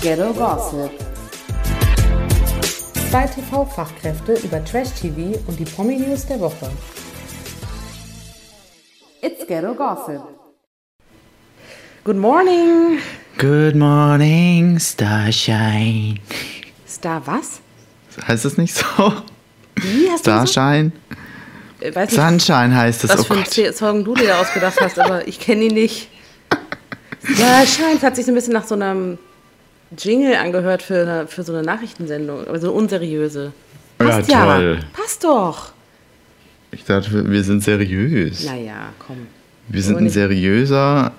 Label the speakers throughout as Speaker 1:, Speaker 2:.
Speaker 1: Ghetto Gossip. Zwei TV-Fachkräfte über Trash-TV und die Promi-News der Woche. It's Ghetto Gossip. Good morning.
Speaker 2: Good morning, Starshine.
Speaker 1: Star was?
Speaker 2: Heißt es nicht so?
Speaker 1: Wie hast
Speaker 2: Starshine?
Speaker 1: du gesagt? Weiß nicht,
Speaker 2: Sunshine heißt es.
Speaker 1: was
Speaker 2: Oh
Speaker 1: für einen
Speaker 2: Gott.
Speaker 1: Ze- Song du dir da ausgedacht hast, aber ich kenne ihn nicht. Ja, scheint, hat sich so ein bisschen nach so einem Jingle angehört für, eine- für so eine Nachrichtensendung, aber so eine unseriöse. Passt ja, passt doch.
Speaker 2: Ich dachte, wir sind seriös.
Speaker 1: Naja, komm.
Speaker 2: wir sind
Speaker 1: aber
Speaker 2: ein
Speaker 1: nicht-
Speaker 2: seriöser,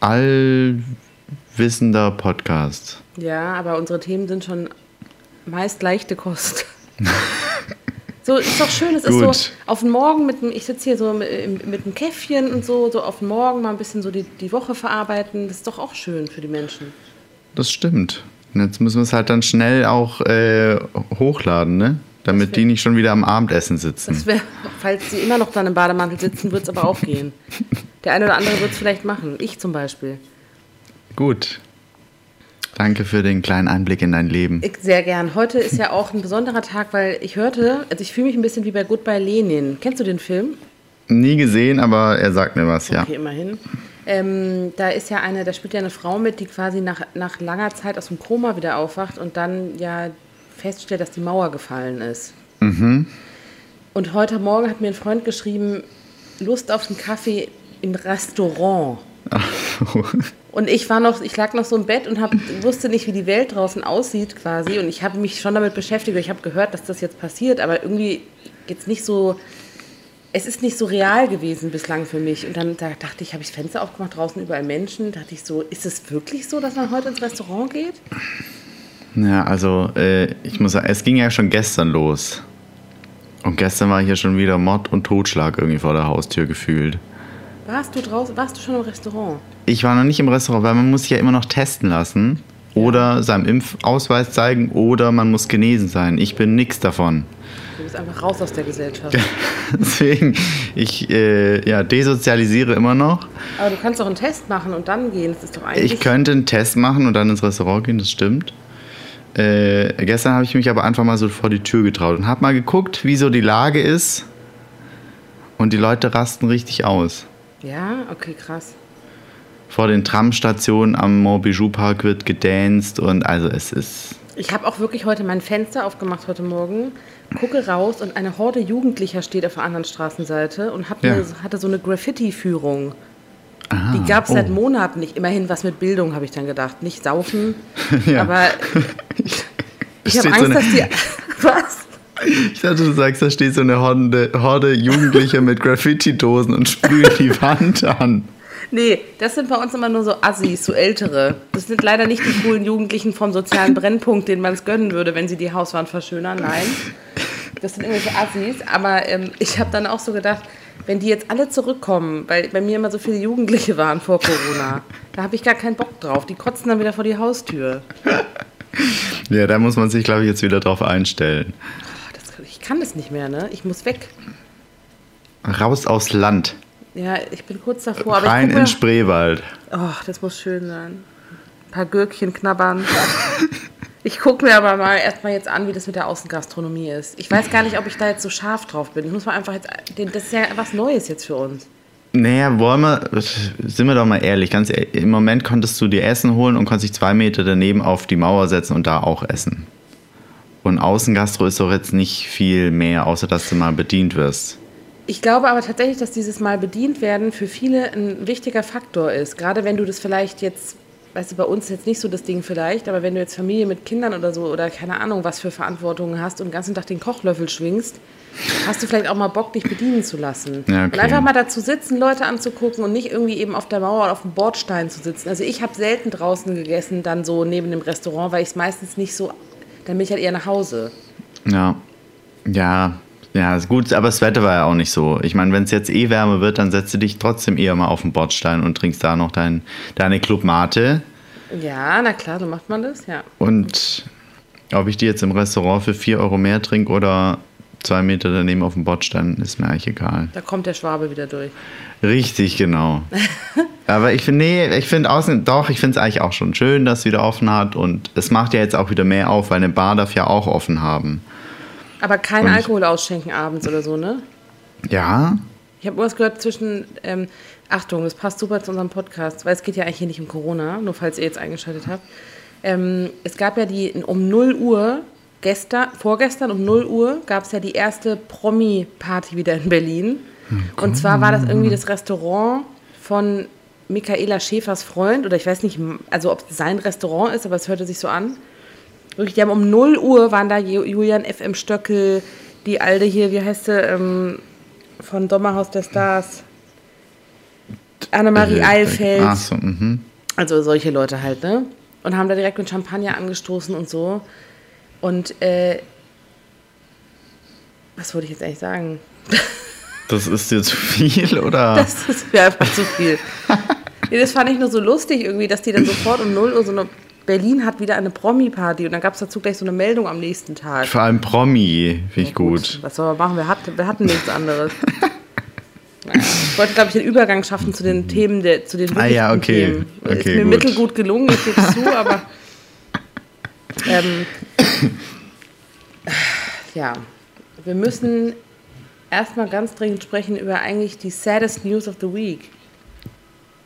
Speaker 2: allwissender Podcast.
Speaker 1: Ja, aber unsere Themen sind schon meist leichte Kost. so, ist doch schön, es ist
Speaker 2: Gut.
Speaker 1: so auf den Morgen mit dem, ich sitze hier so mit, im- mit einem Käffchen und so, so auf den Morgen mal ein bisschen so die, die Woche verarbeiten. Das ist doch auch schön für die Menschen.
Speaker 2: Das stimmt. Und jetzt müssen wir es halt dann schnell auch äh, hochladen, ne? Damit die nicht schon wieder am Abendessen sitzen.
Speaker 1: Das wär, falls sie immer noch dann im Bademantel sitzen, wird es aber auch gehen. Der eine oder andere wird es vielleicht machen. Ich zum Beispiel.
Speaker 2: Gut. Danke für den kleinen Einblick in dein Leben.
Speaker 1: Ich sehr gern. Heute ist ja auch ein besonderer Tag, weil ich hörte, also ich fühle mich ein bisschen wie bei Goodbye Lenin. Kennst du den Film?
Speaker 2: Nie gesehen, aber er sagt mir was, ja.
Speaker 1: Okay, immerhin. Ähm, da ist ja eine, da spielt ja eine Frau mit, die quasi nach, nach langer Zeit aus dem Koma wieder aufwacht und dann ja feststellt, dass die Mauer gefallen ist. Und heute Morgen hat mir ein Freund geschrieben, Lust auf einen Kaffee im Restaurant. Und ich war noch, ich lag noch so im Bett und hab, wusste nicht, wie die Welt draußen aussieht quasi. Und ich habe mich schon damit beschäftigt. Ich habe gehört, dass das jetzt passiert, aber irgendwie jetzt nicht so. Es ist nicht so real gewesen bislang für mich. Und dann da dachte ich, habe ich das Fenster aufgemacht, draußen überall Menschen. Da dachte ich so, ist es wirklich so, dass man heute ins Restaurant geht?
Speaker 2: Ja, also äh, ich muss sagen, es ging ja schon gestern los. Und gestern war hier schon wieder Mord und Totschlag irgendwie vor der Haustür gefühlt.
Speaker 1: Warst du draußen, warst du schon im Restaurant?
Speaker 2: Ich war noch nicht im Restaurant, weil man muss sich ja immer noch testen lassen. Oder seinem Impfausweis zeigen oder man muss genesen sein. Ich bin nix davon.
Speaker 1: Du bist einfach raus aus der Gesellschaft.
Speaker 2: Deswegen, ich äh, ja, desozialisiere immer noch.
Speaker 1: Aber du kannst doch einen Test machen und dann gehen. Das ist doch eigentlich.
Speaker 2: Ich könnte einen Test machen und dann ins Restaurant gehen, das stimmt. Äh, gestern habe ich mich aber einfach mal so vor die Tür getraut und habe mal geguckt, wie so die Lage ist. Und die Leute rasten richtig aus.
Speaker 1: Ja, okay, krass.
Speaker 2: Vor den Tramstationen am Montbijou-Park wird gedanced und also es ist...
Speaker 1: Ich habe auch wirklich heute mein Fenster aufgemacht heute Morgen, gucke raus und eine Horde Jugendlicher steht auf der anderen Straßenseite und hat
Speaker 2: Ja.
Speaker 1: eine, hatte so eine Graffiti-Führung.
Speaker 2: Ah,
Speaker 1: Die gab es
Speaker 2: oh.
Speaker 1: seit Monaten nicht. Immerhin was mit Bildung, habe ich dann gedacht. Nicht saufen, aber ich habe
Speaker 2: Steht
Speaker 1: Angst,
Speaker 2: so eine-
Speaker 1: dass die... Was?
Speaker 2: Ich dachte, du sagst, da steht so eine Horde, Horde Jugendlicher mit Graffiti-Dosen und sprühen die Wand an.
Speaker 1: Nee, das sind bei uns immer nur so Assis, so Ältere. Das sind leider nicht die coolen Jugendlichen vom sozialen Brennpunkt, denen man es gönnen würde, wenn sie die Hauswand verschönern. Nein, das sind irgendwelche Assis. Aber ähm, ich habe dann auch so gedacht, wenn die jetzt alle zurückkommen, weil bei mir immer so viele Jugendliche waren vor Corona, da habe ich gar keinen Bock drauf. Die kotzen dann wieder vor die Haustür.
Speaker 2: Ja, da muss man sich, glaube ich, jetzt wieder drauf einstellen.
Speaker 1: Boah, das, ich kann das nicht mehr, ne? Ich muss weg.
Speaker 2: Raus aufs Land,
Speaker 1: Ja, ich bin kurz davor. Aber
Speaker 2: rein
Speaker 1: ich guck
Speaker 2: in
Speaker 1: mal-
Speaker 2: Spreewald.
Speaker 1: Oh, das muss schön sein. Ein paar Gürkchen knabbern. Ich gucke mir aber mal erstmal jetzt an, wie das mit der Außengastronomie ist. Ich weiß gar nicht, ob ich da jetzt so scharf drauf bin. Ich muss mal einfach jetzt. Das ist ja was Neues jetzt für uns.
Speaker 2: Naja, wollen wir, sind wir doch mal ehrlich, ganz ehrlich, im Moment konntest du dir Essen holen und konntest dich zwei Meter daneben auf die Mauer setzen und da auch essen. Und Außengastro ist doch jetzt nicht viel mehr, außer dass du mal bedient wirst.
Speaker 1: Ich glaube aber tatsächlich, dass dieses Mal bedient werden für viele ein wichtiger Faktor ist. Gerade wenn du das vielleicht jetzt, weißt du, bei uns ist jetzt nicht so das Ding vielleicht, aber wenn du jetzt Familie mit Kindern oder so oder keine Ahnung, was für Verantwortungen hast und den ganzen Tag den Kochlöffel schwingst, hast du vielleicht auch mal Bock, dich bedienen zu lassen.
Speaker 2: Ja, okay.
Speaker 1: Und einfach mal dazu sitzen, Leute anzugucken und nicht irgendwie eben auf der Mauer oder auf dem Bordstein zu sitzen. Also ich habe selten draußen gegessen, dann so neben dem Restaurant, weil ich es meistens nicht so, dann bin ich halt eher nach Hause.
Speaker 2: Ja. Ja. Ja, ist gut, aber das Wetter war ja auch nicht so. Ich meine, wenn es jetzt eh wärmer wird, dann setzt du dich trotzdem eher mal auf den Bordstein und trinkst da noch dein, deine Clubmate.
Speaker 1: Ja, na klar, so macht man das, ja.
Speaker 2: Und ob ich die jetzt im Restaurant für 4 Euro mehr trinke oder zwei Meter daneben auf dem Bordstein, ist mir eigentlich egal.
Speaker 1: Da kommt der Schwabe wieder durch.
Speaker 2: Richtig, genau. Aber ich finde, nee, ich finde außen, doch, ich finde es eigentlich auch schon schön, dass es wieder offen hat und es macht ja jetzt auch wieder mehr auf, weil eine Bar darf ja auch offen haben.
Speaker 1: Aber kein
Speaker 2: Und ich-
Speaker 1: Alkohol ausschenken abends oder so, ne?
Speaker 2: Ja,
Speaker 1: Ich habe irgendwas gehört zwischen, ähm, Achtung, das passt super zu unserem Podcast, weil es geht ja eigentlich hier nicht um Corona, nur falls ihr jetzt eingeschaltet habt. Ähm, es gab ja die, um 0 Uhr, gestern, vorgestern um 0 Uhr, gab es ja die erste Promi-Party wieder in Berlin. Und zwar war das irgendwie das Restaurant von Michaela Schäfers Freund, oder ich weiß nicht, also ob es sein Restaurant ist, aber es hörte sich so an. Wirklich, die haben um 0 Uhr waren da Ju- Julian F.M. Stöckel, die alte hier, wie heißt sie, ähm, von Sommerhaus der Stars.
Speaker 2: Äh,
Speaker 1: Annemarie Eilfeld.
Speaker 2: Ach so, mhm.
Speaker 1: Also solche Leute halt, ne? Und haben da direkt mit Champagner angestoßen und so. Und äh, was wollte ich jetzt eigentlich sagen?
Speaker 2: Das ist dir zu viel, oder?
Speaker 1: Das ist mir einfach zu viel. Nee, das fand ich nur so lustig irgendwie, dass die dann sofort um 0 Uhr so eine. Berlin hat wieder eine Promi-Party und dann gab es dazu gleich so eine Meldung am nächsten Tag.
Speaker 2: Vor allem Promi, finde ich gut.
Speaker 1: Was soll man machen? Wir hatten, wir hatten nichts anderes. Naja, Ich wollte, glaube ich, den Übergang schaffen zu den Themen, der, zu den
Speaker 2: Ah, ja,
Speaker 1: wirklichen
Speaker 2: okay.
Speaker 1: Themen. Ist
Speaker 2: Okay,
Speaker 1: mir
Speaker 2: gut.
Speaker 1: mittelgut gelungen, ich gebe zu, aber ähm, ja, wir müssen erstmal ganz dringend sprechen über eigentlich die saddest news of the week.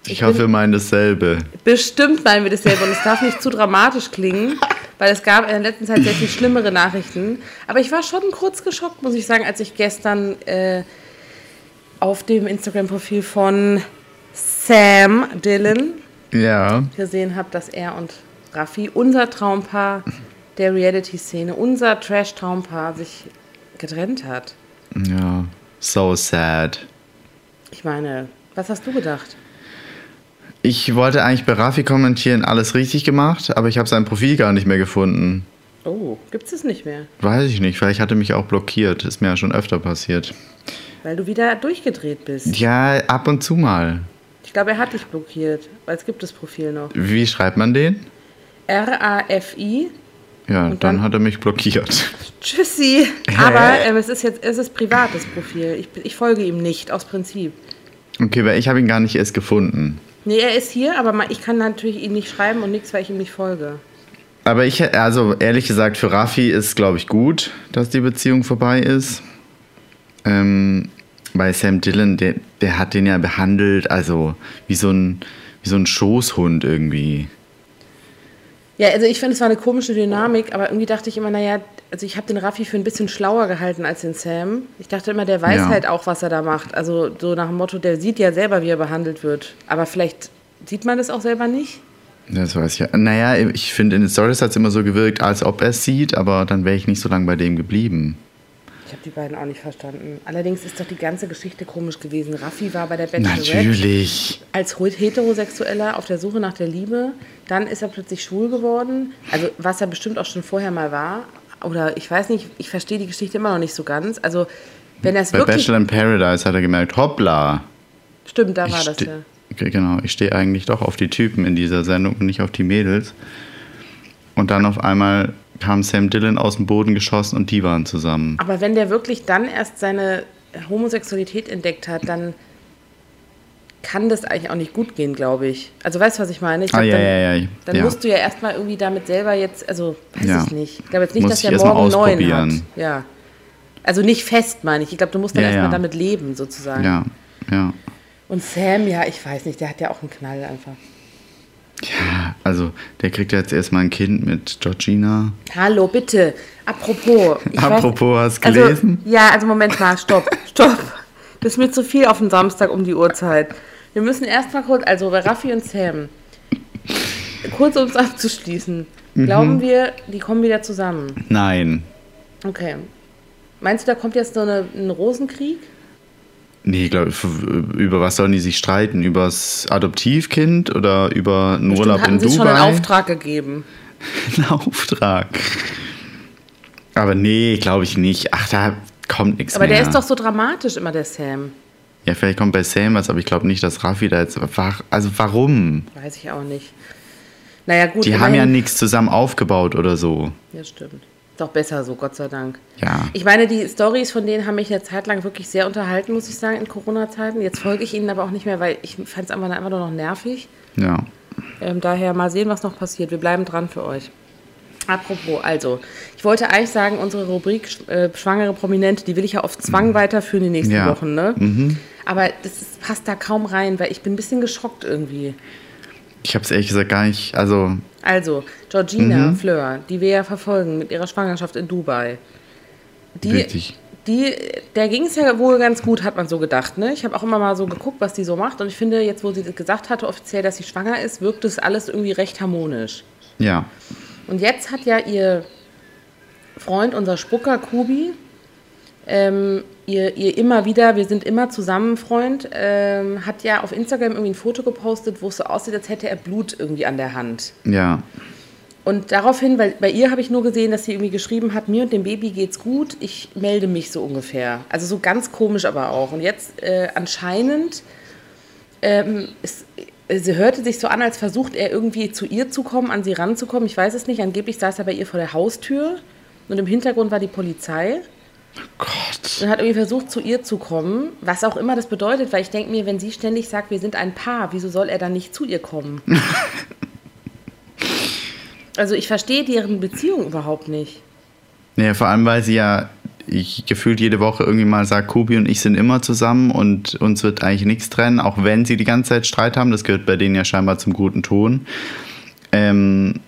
Speaker 2: Ich, hoffe, wir meinen dasselbe.
Speaker 1: Bestimmt meinen wir das selber und es darf nicht zu dramatisch klingen, weil es gab in der letzten Zeit sehr viel schlimmere Nachrichten. Aber ich war schon kurz geschockt, muss ich sagen, als ich gestern äh, auf dem Instagram-Profil von Sam Dillon
Speaker 2: Ja.
Speaker 1: gesehen habe, dass er und Raffi, unser Traumpaar der Reality-Szene, unser Trash-Traumpaar, sich getrennt hat.
Speaker 2: Ja. So sad.
Speaker 1: Ich meine, was hast du gedacht?
Speaker 2: Ich wollte eigentlich bei Rafi kommentieren, alles richtig gemacht, aber ich habe sein Profil gar nicht mehr gefunden.
Speaker 1: Oh, gibt's es nicht mehr,
Speaker 2: Weiß ich nicht, vielleicht hatte mich auch blockiert. Ist mir ja schon öfter passiert.
Speaker 1: weil du wieder durchgedreht bist.
Speaker 2: Ja, ab und zu mal.
Speaker 1: Ich glaube, er hat dich blockiert, weil es gibt das Profil noch.
Speaker 2: Wie schreibt man den?
Speaker 1: R-A-F-I.
Speaker 2: Ja, dann,
Speaker 1: Und dann-
Speaker 2: hat er mich blockiert.
Speaker 1: Tschüssi. Aber ähm, es ist jetzt, es ist privates Profil. Ich, ich folge ihm nicht, aus Prinzip.
Speaker 2: Okay, weil ich habe ihn gar nicht erst gefunden.
Speaker 1: Nee, er ist hier, aber ma- ich kann natürlich ihm nicht schreiben und nichts, weil ich ihm nicht folge.
Speaker 2: Aber ich, hä- also ehrlich gesagt, für Rafi ist, glaube ich, gut, dass die Beziehung vorbei ist. Ähm, weil Sam Dillon, der, der hat den ja behandelt, also wie so ein, wie so ein Schoßhund irgendwie.
Speaker 1: Ja, also ich finde, es war eine komische Dynamik, aber irgendwie dachte ich immer, naja, also ich habe den Raffi für ein bisschen schlauer gehalten als den Sam. Ich dachte immer, der weiß
Speaker 2: Ja.
Speaker 1: halt auch, was er da macht. Also so nach dem Motto, der sieht ja selber, wie er behandelt wird. Aber vielleicht sieht man das auch selber nicht.
Speaker 2: Das weiß ich ja. Naja, ich finde, in den Stories hat es immer so gewirkt, als ob er es sieht, aber dann wäre ich nicht so lange bei dem geblieben.
Speaker 1: Ich habe die beiden auch nicht verstanden. Allerdings ist doch die ganze Geschichte komisch gewesen. Raffi war bei der Bachelorette.
Speaker 2: Natürlich.
Speaker 1: als Heterosexueller auf der Suche nach der Liebe, dann ist er plötzlich schwul geworden, also was er bestimmt auch schon vorher mal war, oder ich weiß nicht, ich verstehe die Geschichte immer noch nicht so ganz. Also wenn er es
Speaker 2: Bei
Speaker 1: wirklich
Speaker 2: Bachelor in Paradise hat er gemerkt, hoppla.
Speaker 1: stimmt, da war
Speaker 2: ich
Speaker 1: das
Speaker 2: ste-
Speaker 1: ja.
Speaker 2: Ge- Genau, ich stehe eigentlich doch auf die Typen in dieser Sendung und nicht auf die Mädels. Und dann auf einmal kam Sam Dillon aus dem Boden geschossen und die waren zusammen.
Speaker 1: Aber wenn der wirklich dann erst seine Homosexualität entdeckt hat, dann kann das eigentlich auch nicht gut gehen, glaube ich. Also weißt du, was ich meine? Ich
Speaker 2: Ah,
Speaker 1: glaub,
Speaker 2: ja,
Speaker 1: dann,
Speaker 2: ja, ja.
Speaker 1: dann
Speaker 2: ja.
Speaker 1: musst du ja erstmal irgendwie damit selber jetzt, also weiß
Speaker 2: Ja.
Speaker 1: ich nicht. Ich glaube jetzt nicht,
Speaker 2: Muss
Speaker 1: dass
Speaker 2: ich
Speaker 1: der
Speaker 2: erst mal
Speaker 1: morgen neun hat.
Speaker 2: ausprobieren.
Speaker 1: Ja. Also nicht fest, meine ich. Ich glaube, du musst dann
Speaker 2: Ja,
Speaker 1: erstmal
Speaker 2: ja.
Speaker 1: damit leben, sozusagen.
Speaker 2: ja, ja.
Speaker 1: Und Sam, ja, ich weiß nicht, der hat ja auch einen Knall einfach.
Speaker 2: Also, der kriegt ja jetzt erstmal ein Kind mit Georgina.
Speaker 1: Hallo, bitte. Apropos. ich weiß-
Speaker 2: Apropos, hast du
Speaker 1: also,
Speaker 2: gelesen?
Speaker 1: Ja, also Moment mal, stopp, stopp. Das ist mir zu viel auf den Samstag um die Uhrzeit. Wir müssen erstmal kurz, also bei Raffi und Sam, kurz um es abzuschließen.
Speaker 2: Mhm.
Speaker 1: Glauben wir, die kommen wieder zusammen.
Speaker 2: Nein.
Speaker 1: Okay. Meinst du, da kommt jetzt so eine, ein Rosenkrieg?
Speaker 2: Nee, glaube über was sollen die sich streiten? Übers Adoptivkind oder über einen
Speaker 1: Bestimmt
Speaker 2: Urlaub
Speaker 1: hatten
Speaker 2: in
Speaker 1: sie schon einen
Speaker 2: Dubai?
Speaker 1: Auftrag gegeben.
Speaker 2: Ein Auftrag. Aber nee, glaube ich nicht. Ach, da kommt nichts
Speaker 1: Aber
Speaker 2: mehr.
Speaker 1: der ist doch so dramatisch immer, der Sam.
Speaker 2: Ja, vielleicht kommt bei Sam was, aber ich glaube nicht, dass Raffi da jetzt. wa- Also warum?
Speaker 1: Weiß ich auch nicht. Naja, gut.
Speaker 2: Die
Speaker 1: immerhin-
Speaker 2: haben ja nichts zusammen aufgebaut oder so.
Speaker 1: Ja, stimmt. doch besser so, Gott sei Dank.
Speaker 2: Ja.
Speaker 1: Ich meine, die Stories von denen haben mich eine Zeit lang wirklich sehr unterhalten, muss ich sagen, in Corona-Zeiten. Jetzt folge ich ihnen aber auch nicht mehr, weil ich fand es einfach, einfach nur noch nervig.
Speaker 2: Ja.
Speaker 1: Ähm, daher mal sehen, was noch passiert. Wir bleiben dran für euch. Apropos, also, ich wollte eigentlich sagen, unsere Rubrik Sch- äh, Schwangere Prominente, die will ich ja auf Zwang weiterführen die nächsten
Speaker 2: Mhm. Ja. Mhm.
Speaker 1: Wochen, ne? Aber das ist, passt da kaum rein, weil ich bin ein bisschen geschockt irgendwie.
Speaker 2: Ich habe es ehrlich gesagt gar nicht. Also,
Speaker 1: Also, Georgina Fleur, die wir ja verfolgen mit ihrer Schwangerschaft in Dubai.
Speaker 2: Richtig.
Speaker 1: Die, der ging es ja wohl ganz gut, hat man so gedacht. Ne? Ich habe auch immer mal so geguckt, was die so macht. Und ich finde, jetzt, wo sie gesagt hatte offiziell, dass sie schwanger ist, wirkt das alles irgendwie recht harmonisch.
Speaker 2: ja.
Speaker 1: Und jetzt hat ja ihr Freund, unser Spucker Kubi, ähm, ihr, ihr immer wieder, wir sind immer zusammen, Freund, ähm, hat ja auf Instagram irgendwie ein Foto gepostet, wo es so aussieht, als hätte er Blut irgendwie an der Hand.
Speaker 2: Ja.
Speaker 1: Und daraufhin, weil bei ihr habe ich nur gesehen, dass sie irgendwie geschrieben hat, mir und dem Baby geht's gut, ich melde mich so ungefähr. Also so ganz komisch aber auch. Und jetzt äh, anscheinend, ähm, es, äh, sie hörte sich so an, als versucht er irgendwie zu ihr zu kommen, an sie ranzukommen. Ich weiß es nicht, angeblich saß er bei ihr vor der Haustür und im Hintergrund war die Polizei
Speaker 2: Gott.
Speaker 1: und hat irgendwie versucht, zu ihr zu kommen, was auch immer das bedeutet, weil ich denke mir, wenn sie ständig sagt, wir sind ein Paar, wieso soll er dann nicht zu ihr kommen? also ich verstehe deren Beziehung überhaupt nicht.
Speaker 2: Naja, vor allem, weil sie ja ich gefühlt jede Woche irgendwie mal sagt, Kobi und ich sind immer zusammen und uns wird eigentlich nichts trennen, auch wenn sie die ganze Zeit Streit haben. Das gehört bei denen ja scheinbar zum guten Ton. Ähm,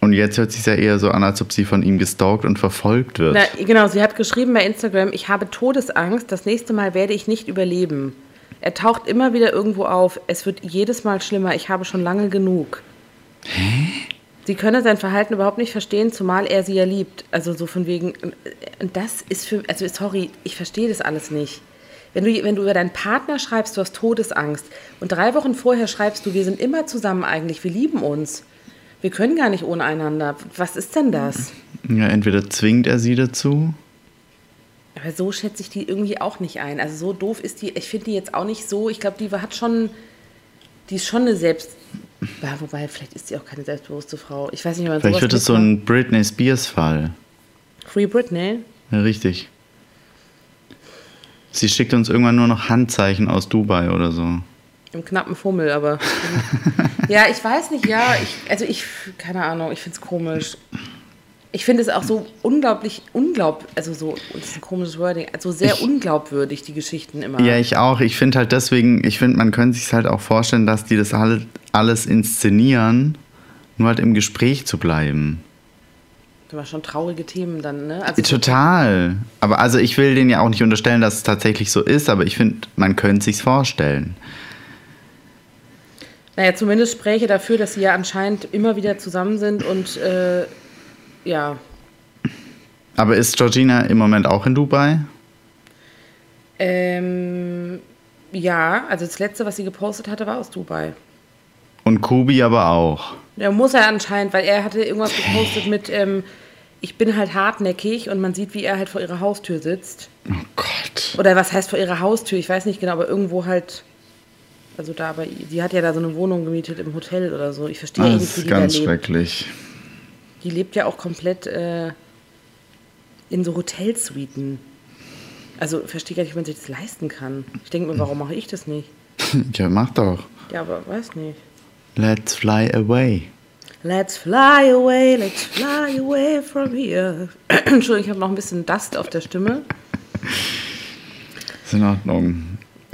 Speaker 2: und jetzt hört sich ja eher so an, als ob sie von ihm gestalkt und verfolgt wird.
Speaker 1: Na, genau, sie hat geschrieben bei Instagram, ich habe Todesangst, das nächste Mal werde ich nicht überleben. Er taucht immer wieder irgendwo auf, es wird jedes Mal schlimmer, ich habe schon lange genug. Sie könne sein Verhalten überhaupt nicht verstehen, zumal er sie ja liebt. Also so von wegen, und das ist für, also sorry, ich verstehe das alles nicht. Wenn du, wenn du über deinen Partner schreibst, du hast Todesangst und drei Wochen vorher schreibst du, wir sind immer zusammen eigentlich, wir lieben uns. Wir können gar nicht ohne einander. Was ist denn das?
Speaker 2: Ja, entweder zwingt er sie dazu.
Speaker 1: Aber so schätze ich die irgendwie auch nicht ein. Also so doof ist die, ich finde die jetzt auch nicht so, ich glaube, die hat schon, die ist schon eine Selbst... Ja, wobei, vielleicht ist die auch keine selbstbewusste Frau. Ich weiß nicht, ob man
Speaker 2: Vielleicht
Speaker 1: sowas
Speaker 2: wird es so
Speaker 1: mitmacht.
Speaker 2: ein Britney Spears-Fall.
Speaker 1: Free Britney?
Speaker 2: Ja, richtig. Sie schickt uns irgendwann nur noch Handzeichen aus Dubai oder so.
Speaker 1: Im knappen Fummel, aber... ja, ich weiß nicht, ja, ich, also ich, keine Ahnung, ich finde es komisch. Ich finde es auch so unglaublich, unglaub, also so, das ist ein komisches Wording, also sehr
Speaker 2: Ich-
Speaker 1: unglaubwürdig, die Geschichten immer.
Speaker 2: Ja, ich auch. Ich finde halt deswegen, ich finde, man könnte sich halt auch vorstellen, dass die das halt alles inszenieren, nur halt im Gespräch zu bleiben.
Speaker 1: Das sind schon traurige Themen dann, ne? Also
Speaker 2: Total. Aber also ich will denen ja auch nicht unterstellen, dass es tatsächlich so ist, aber ich finde, man könnte sich's vorstellen.
Speaker 1: Naja, zumindest spräche dafür, dass sie ja anscheinend immer wieder zusammen sind und äh, ja,
Speaker 2: Aber ist Georgina im Moment auch in Dubai?
Speaker 1: ähm, ja, also das letzte, was sie gepostet hatte, war aus Dubai.
Speaker 2: Und Kubi aber auch.
Speaker 1: Ja, muss er anscheinend, weil er hatte irgendwas gepostet mit, ähm, ich bin halt hartnäckig und man sieht, wie er halt vor ihrer Haustür sitzt.
Speaker 2: Oh Gott.
Speaker 1: Oder was heißt vor ihrer Haustür? Ich weiß nicht genau, aber irgendwo halt, also da, aber sie hat ja da so eine Wohnung gemietet im Hotel oder so. Ich verstehe
Speaker 2: Ah,
Speaker 1: nicht,
Speaker 2: Das
Speaker 1: wie
Speaker 2: ist
Speaker 1: die da
Speaker 2: ganz
Speaker 1: lebt.
Speaker 2: schrecklich.
Speaker 1: Die lebt ja auch komplett äh, in so Hotelsuiten. Also verstehe gar nicht, wie man sich das leisten kann. Ich denke mir, warum mache ich das nicht?
Speaker 2: Ja, mach doch.
Speaker 1: Ja, aber weiß nicht.
Speaker 2: Let's fly away.
Speaker 1: Let's fly away, let's fly away from here. Entschuldigung, ich habe noch ein bisschen Dust auf der Stimme.
Speaker 2: Ist in Ordnung.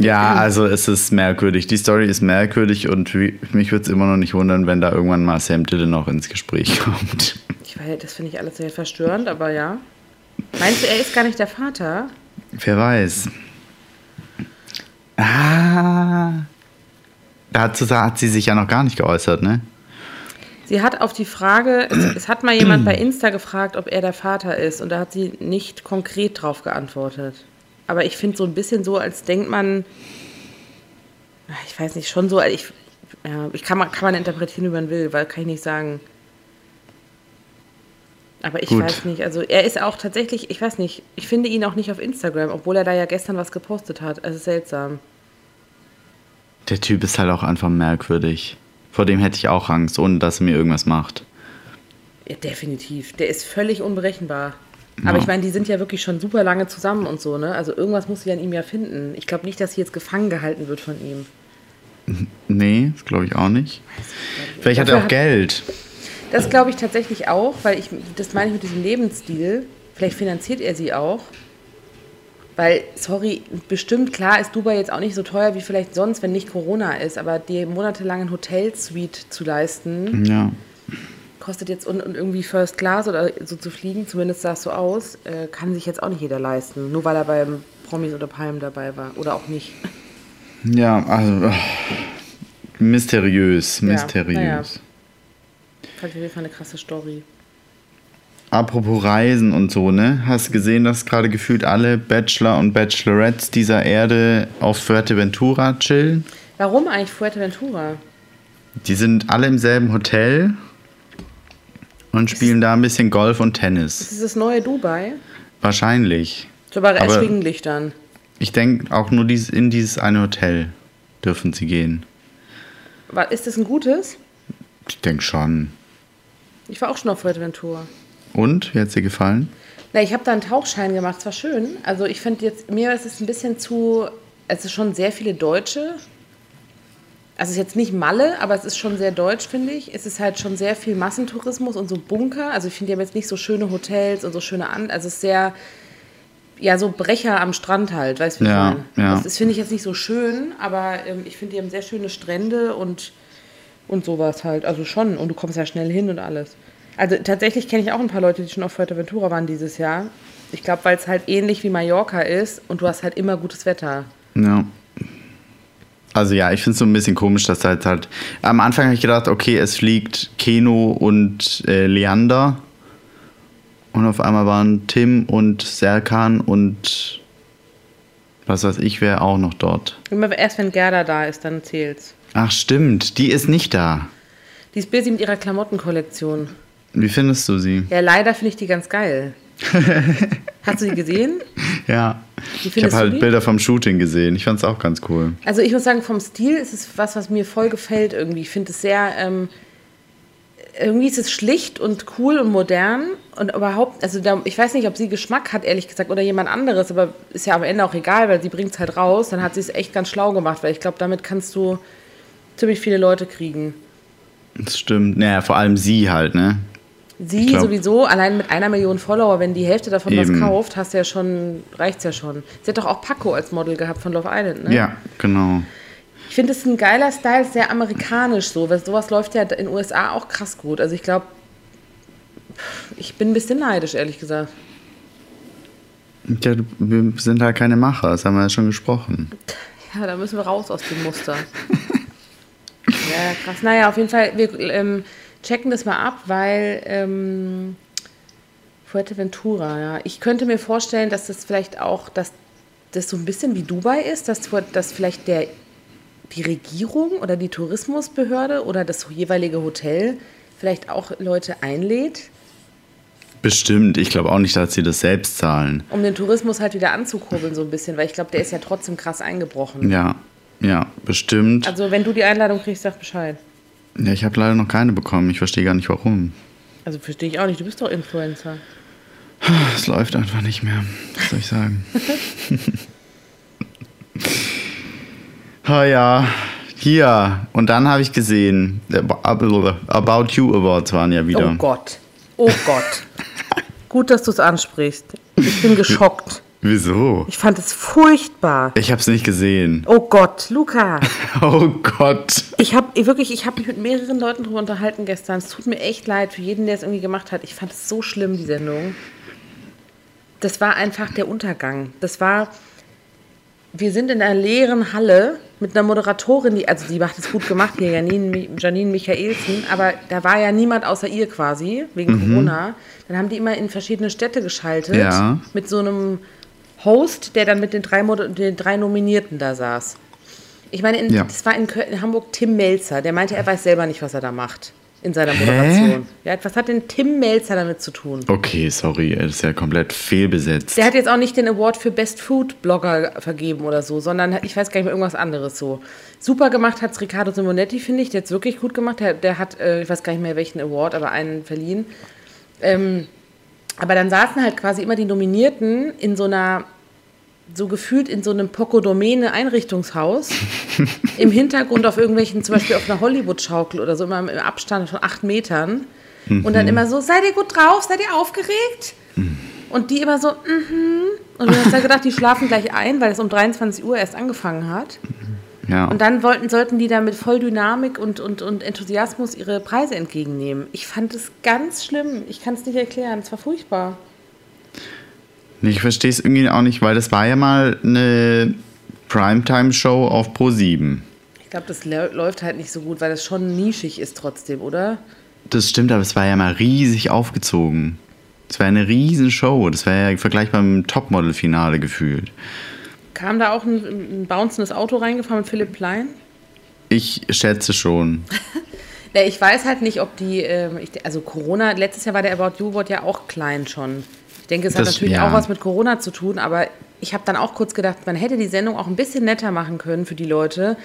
Speaker 2: Ja, also es ist merkwürdig. Die Story ist merkwürdig und wie, mich würde es immer noch nicht wundern, wenn da irgendwann mal Sam Dillon noch ins Gespräch kommt.
Speaker 1: Ich weiß, das finde ich alles sehr verstörend, aber ja. Meinst du, er ist gar nicht der Vater?
Speaker 2: Wer weiß. Ah. Dazu sa- hat sie sich ja noch gar nicht geäußert, ne?
Speaker 1: Sie hat auf die Frage, es, es hat mal jemand bei Insta gefragt, ob er der Vater ist, und da hat sie nicht konkret drauf geantwortet. Aber ich finde so ein bisschen so, als denkt man, ich weiß nicht, schon so, ich, ja, ich kann, man, kann man interpretieren, wie man will, weil kann ich nicht sagen. Aber ich
Speaker 2: Gut.
Speaker 1: weiß nicht, also er ist auch tatsächlich, ich weiß nicht, ich finde ihn auch nicht auf Instagram, obwohl er da ja gestern was gepostet hat. Also seltsam.
Speaker 2: Der Typ ist halt auch einfach merkwürdig. Vor dem hätte ich auch Angst, ohne dass er mir irgendwas macht.
Speaker 1: Ja, definitiv. Der ist völlig unberechenbar. Aber ich meine, die sind ja wirklich schon super lange zusammen und so, ne? Also irgendwas muss sie an ihm ja finden. Ich glaube nicht, dass sie jetzt gefangen gehalten wird von ihm.
Speaker 2: Nee, das glaube ich auch nicht. Vielleicht hat er
Speaker 1: Dafür
Speaker 2: auch
Speaker 1: hat-
Speaker 2: Geld.
Speaker 1: Das glaube ich tatsächlich auch, weil ich, das meine ich mit diesem Lebensstil. Vielleicht finanziert er sie auch. Weil, sorry, bestimmt, klar ist Dubai jetzt auch nicht so teuer wie vielleicht sonst, wenn nicht Corona ist, aber die monatelangen Hotelsuite zu leisten,
Speaker 2: Ja.
Speaker 1: kostet jetzt und, und irgendwie First Class oder so zu fliegen, zumindest sah es so aus, äh, kann sich jetzt auch nicht jeder leisten. Nur weil er beim Promis oder Palm dabei war. Oder auch nicht.
Speaker 2: Ja, also. ach, Mysteriös, mysteriös.
Speaker 1: naja. Fand ich auf jeden Fall eine krasse Story.
Speaker 2: Apropos Reisen und so, ne? Hast gesehen, dass gerade gefühlt alle Bachelor und Bachelorettes dieser Erde auf Fuerteventura chillen?
Speaker 1: Warum eigentlich Fuerteventura?
Speaker 2: Die sind alle im selben Hotel und spielen da ein bisschen Golf und Tennis.
Speaker 1: Das ist das neue Dubai.
Speaker 2: Wahrscheinlich.
Speaker 1: So aber
Speaker 2: Aber-
Speaker 1: erschwinglich dann.
Speaker 2: Ich denke, auch nur dies, in dieses eine Hotel dürfen sie gehen.
Speaker 1: Wa- Ist das ein gutes?
Speaker 2: Ich denke schon.
Speaker 1: Ich war auch schon auf Fuerteventura.
Speaker 2: Und? Wie hat's dir gefallen?
Speaker 1: Na, ich habe da einen Tauchschein gemacht, es war schön. Also ich finde jetzt, mir ist es ein bisschen zu, es ist schon sehr viele Deutsche. Also es ist jetzt nicht Malle, aber es ist schon sehr deutsch, finde ich. Es ist halt schon sehr viel Massentourismus und so Bunker. Also ich finde, die haben jetzt nicht so schöne Hotels und so schöne An... Also es ist sehr, ja, so Brecher am Strand halt, weißt du, wie
Speaker 2: Ja,
Speaker 1: ich meine?
Speaker 2: ja.
Speaker 1: Das ist, finde ich jetzt nicht so schön, aber ähm, ich finde, die haben sehr schöne Strände und und sowas halt. Also schon. Und du kommst ja schnell hin und alles. Also tatsächlich kenne ich auch ein paar Leute, die schon auf Fuerteventura waren dieses Jahr. Ich glaube, weil es halt ähnlich wie Mallorca ist und du hast halt immer gutes Wetter.
Speaker 2: Ja. Also ja, ich finde es so ein bisschen komisch, dass halt halt. Am Anfang habe ich gedacht, okay, es fliegt Keno und äh, Leander. Und auf einmal waren Tim und Serkan und was weiß ich, wer auch noch dort.
Speaker 1: Immer erst wenn Gerda da ist, dann zählt's.
Speaker 2: Ach stimmt, die ist nicht da.
Speaker 1: Die ist busy mit ihrer Klamottenkollektion.
Speaker 2: Wie findest du sie?
Speaker 1: Ja, leider finde ich die ganz geil. Hast du die gesehen?
Speaker 2: Ja. Ich
Speaker 1: findest
Speaker 2: habe
Speaker 1: du
Speaker 2: halt
Speaker 1: die?
Speaker 2: Bilder vom Shooting gesehen. Ich fand es auch ganz cool.
Speaker 1: Also ich muss sagen, vom Stil ist es was, was mir voll gefällt irgendwie. Ich finde es sehr, ähm, irgendwie ist es schlicht und cool und modern und überhaupt, also da, ich weiß nicht, ob sie Geschmack hat, ehrlich gesagt, oder jemand anderes, aber ist ja am Ende auch egal, weil sie bringt es halt raus, dann hat sie es echt ganz schlau gemacht, weil ich glaube, damit kannst du ziemlich viele Leute kriegen.
Speaker 2: Das stimmt. Naja, vor allem sie halt, ne?
Speaker 1: Sie
Speaker 2: glaub-
Speaker 1: sowieso, allein mit einer Million Follower, wenn die Hälfte davon was
Speaker 2: Eben.
Speaker 1: kauft, hast du ja schon, reicht's ja schon. Sie hat doch auch Paco als Model gehabt von Love Island, ne?
Speaker 2: Ja, genau.
Speaker 1: Ich finde, es ist ein geiler Style, sehr amerikanisch so. Weil sowas läuft ja in den USA auch krass gut. Also ich glaube, ich bin ein bisschen neidisch, ehrlich gesagt.
Speaker 2: Ja, du- wir sind halt keine Macher, das haben wir ja schon gesprochen.
Speaker 1: Ja, da müssen wir raus aus dem Muster. ja, krass. Naja, auf jeden Fall, wir ähm, checken das mal ab, weil ähm, Fuerteventura, ja. Ich könnte mir vorstellen, dass das vielleicht auch, dass das so ein bisschen wie Dubai ist, dass, Fuert- dass vielleicht der, die Regierung oder die Tourismusbehörde oder das jeweilige Hotel vielleicht auch Leute einlädt,
Speaker 2: Bestimmt. Ich glaube auch nicht, dass sie das selbst zahlen.
Speaker 1: um den Tourismus halt wieder anzukurbeln so ein bisschen, weil ich glaube, der ist ja trotzdem krass eingebrochen.
Speaker 2: Ja, ja, bestimmt.
Speaker 1: Also wenn du die Einladung kriegst, sag Bescheid.
Speaker 2: ja, ich habe leider noch keine bekommen. Ich verstehe gar nicht warum.
Speaker 1: Also verstehe ich auch nicht, du bist doch Influencer.
Speaker 2: Es läuft einfach nicht mehr. Was soll ich sagen? ah ja, hier. Und dann habe ich gesehen, äh, About You Awards waren ja wieder.
Speaker 1: Oh Gott. Oh Gott. Gut, dass du es ansprichst. Ich bin geschockt.
Speaker 2: Wieso?
Speaker 1: Ich fand es furchtbar.
Speaker 2: Ich habe es nicht gesehen.
Speaker 1: Oh Gott, Luca.
Speaker 2: Oh Gott.
Speaker 1: Ich habe wirklich, ich habe mich mit mehreren Leuten darüber unterhalten gestern. Es tut mir echt leid für jeden, der es irgendwie gemacht hat. Ich fand es so schlimm, die Sendung. Das war einfach der Untergang. Das war, wir sind in einer leeren Halle mit einer Moderatorin, die, also die macht es gut gemacht hier, Janine, Mi- Janine Michaelsen, aber da war ja niemand außer ihr quasi, wegen Corona. Dann haben die immer in verschiedene Städte geschaltet
Speaker 2: Ja.
Speaker 1: mit so einem Host, der dann mit den drei, Moder den drei Nominierten da saß. Ich meine, in,
Speaker 2: Ja.
Speaker 1: das war in, Köln, in Hamburg Tim Melzer, der meinte, er weiß selber nicht, was er da macht in seiner Moderation. Ja, was hat denn Tim Melzer damit zu tun?
Speaker 2: Okay, sorry, das ist ja komplett fehlbesetzt.
Speaker 1: Der hat jetzt auch nicht den Award für Best Food Blogger vergeben oder so, sondern ich weiß gar nicht mehr irgendwas anderes so. Super gemacht hat es Riccardo Simonetti, finde ich. Der hat es wirklich gut gemacht. Der, der hat, äh, ich weiß gar nicht mehr welchen Award, aber einen verliehen. Ähm, aber dann saßen halt quasi immer die Nominierten in so einer, so gefühlt in so einem Pocodomene-Einrichtungshaus im Hintergrund auf irgendwelchen, zum Beispiel auf einer Hollywood-Schaukel oder so, immer im Abstand von acht Metern. Und dann immer so, seid ihr gut drauf, seid ihr aufgeregt? Und die immer so, mhm. Und du hast ja gedacht, die schlafen gleich ein, weil es um 23 Uhr erst angefangen hat.
Speaker 2: Ja.
Speaker 1: Und dann wollten, sollten die da mit voll Dynamik und, und, und Enthusiasmus ihre Preise entgegennehmen. Ich fand es ganz schlimm. Ich kann es nicht erklären. Es war furchtbar.
Speaker 2: Ich verstehe es irgendwie auch nicht, weil das war ja mal eine Primetime-Show auf Pro 7.
Speaker 1: Ich glaube, das lä- läuft halt nicht so gut, weil das schon nischig ist trotzdem, oder?
Speaker 2: Das stimmt, aber es war ja mal riesig aufgezogen. Es war eine riesen Show. Das war ja vergleichbar mit dem Topmodel-Finale gefühlt.
Speaker 1: Kam da auch ein, ein bouncendes Auto reingefahren mit Philipp Plein?
Speaker 2: Ich schätze schon.
Speaker 1: Ja, ich weiß halt nicht, ob die, ähm, ich, also Corona, letztes Jahr war der About You Award ja auch klein schon. Ich denke, es hat
Speaker 2: Das-
Speaker 1: natürlich
Speaker 2: ja.
Speaker 1: auch was mit Corona zu tun, aber ich habe dann auch kurz gedacht, man hätte die Sendung auch ein bisschen netter machen können für die Leute,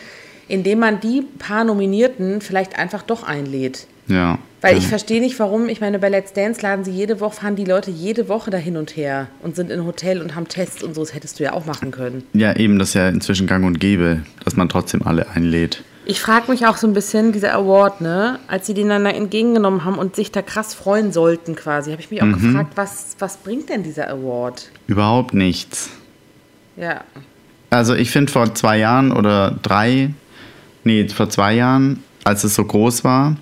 Speaker 1: indem man die paar Nominierten vielleicht einfach doch einlädt.
Speaker 2: Ja.
Speaker 1: Weil ich verstehe nicht, warum, ich meine, bei Let's Dance laden sie jede Woche, fahren die Leute jede Woche da hin und her und sind in Hotel und haben Tests und so, das hättest du ja auch machen können.
Speaker 2: ja, eben, das ist ja inzwischen gang und gäbe, dass man trotzdem alle einlädt.
Speaker 1: Ich frage mich auch so ein bisschen, dieser Award, ne? Als sie den dann da entgegengenommen haben und sich da krass freuen sollten quasi, habe ich mich auch
Speaker 2: Mhm.
Speaker 1: gefragt, was, was bringt denn dieser Award?
Speaker 2: Überhaupt nichts.
Speaker 1: Ja.
Speaker 2: Also ich finde vor zwei Jahren oder drei, nee, vor zwei Jahren, als es so groß war,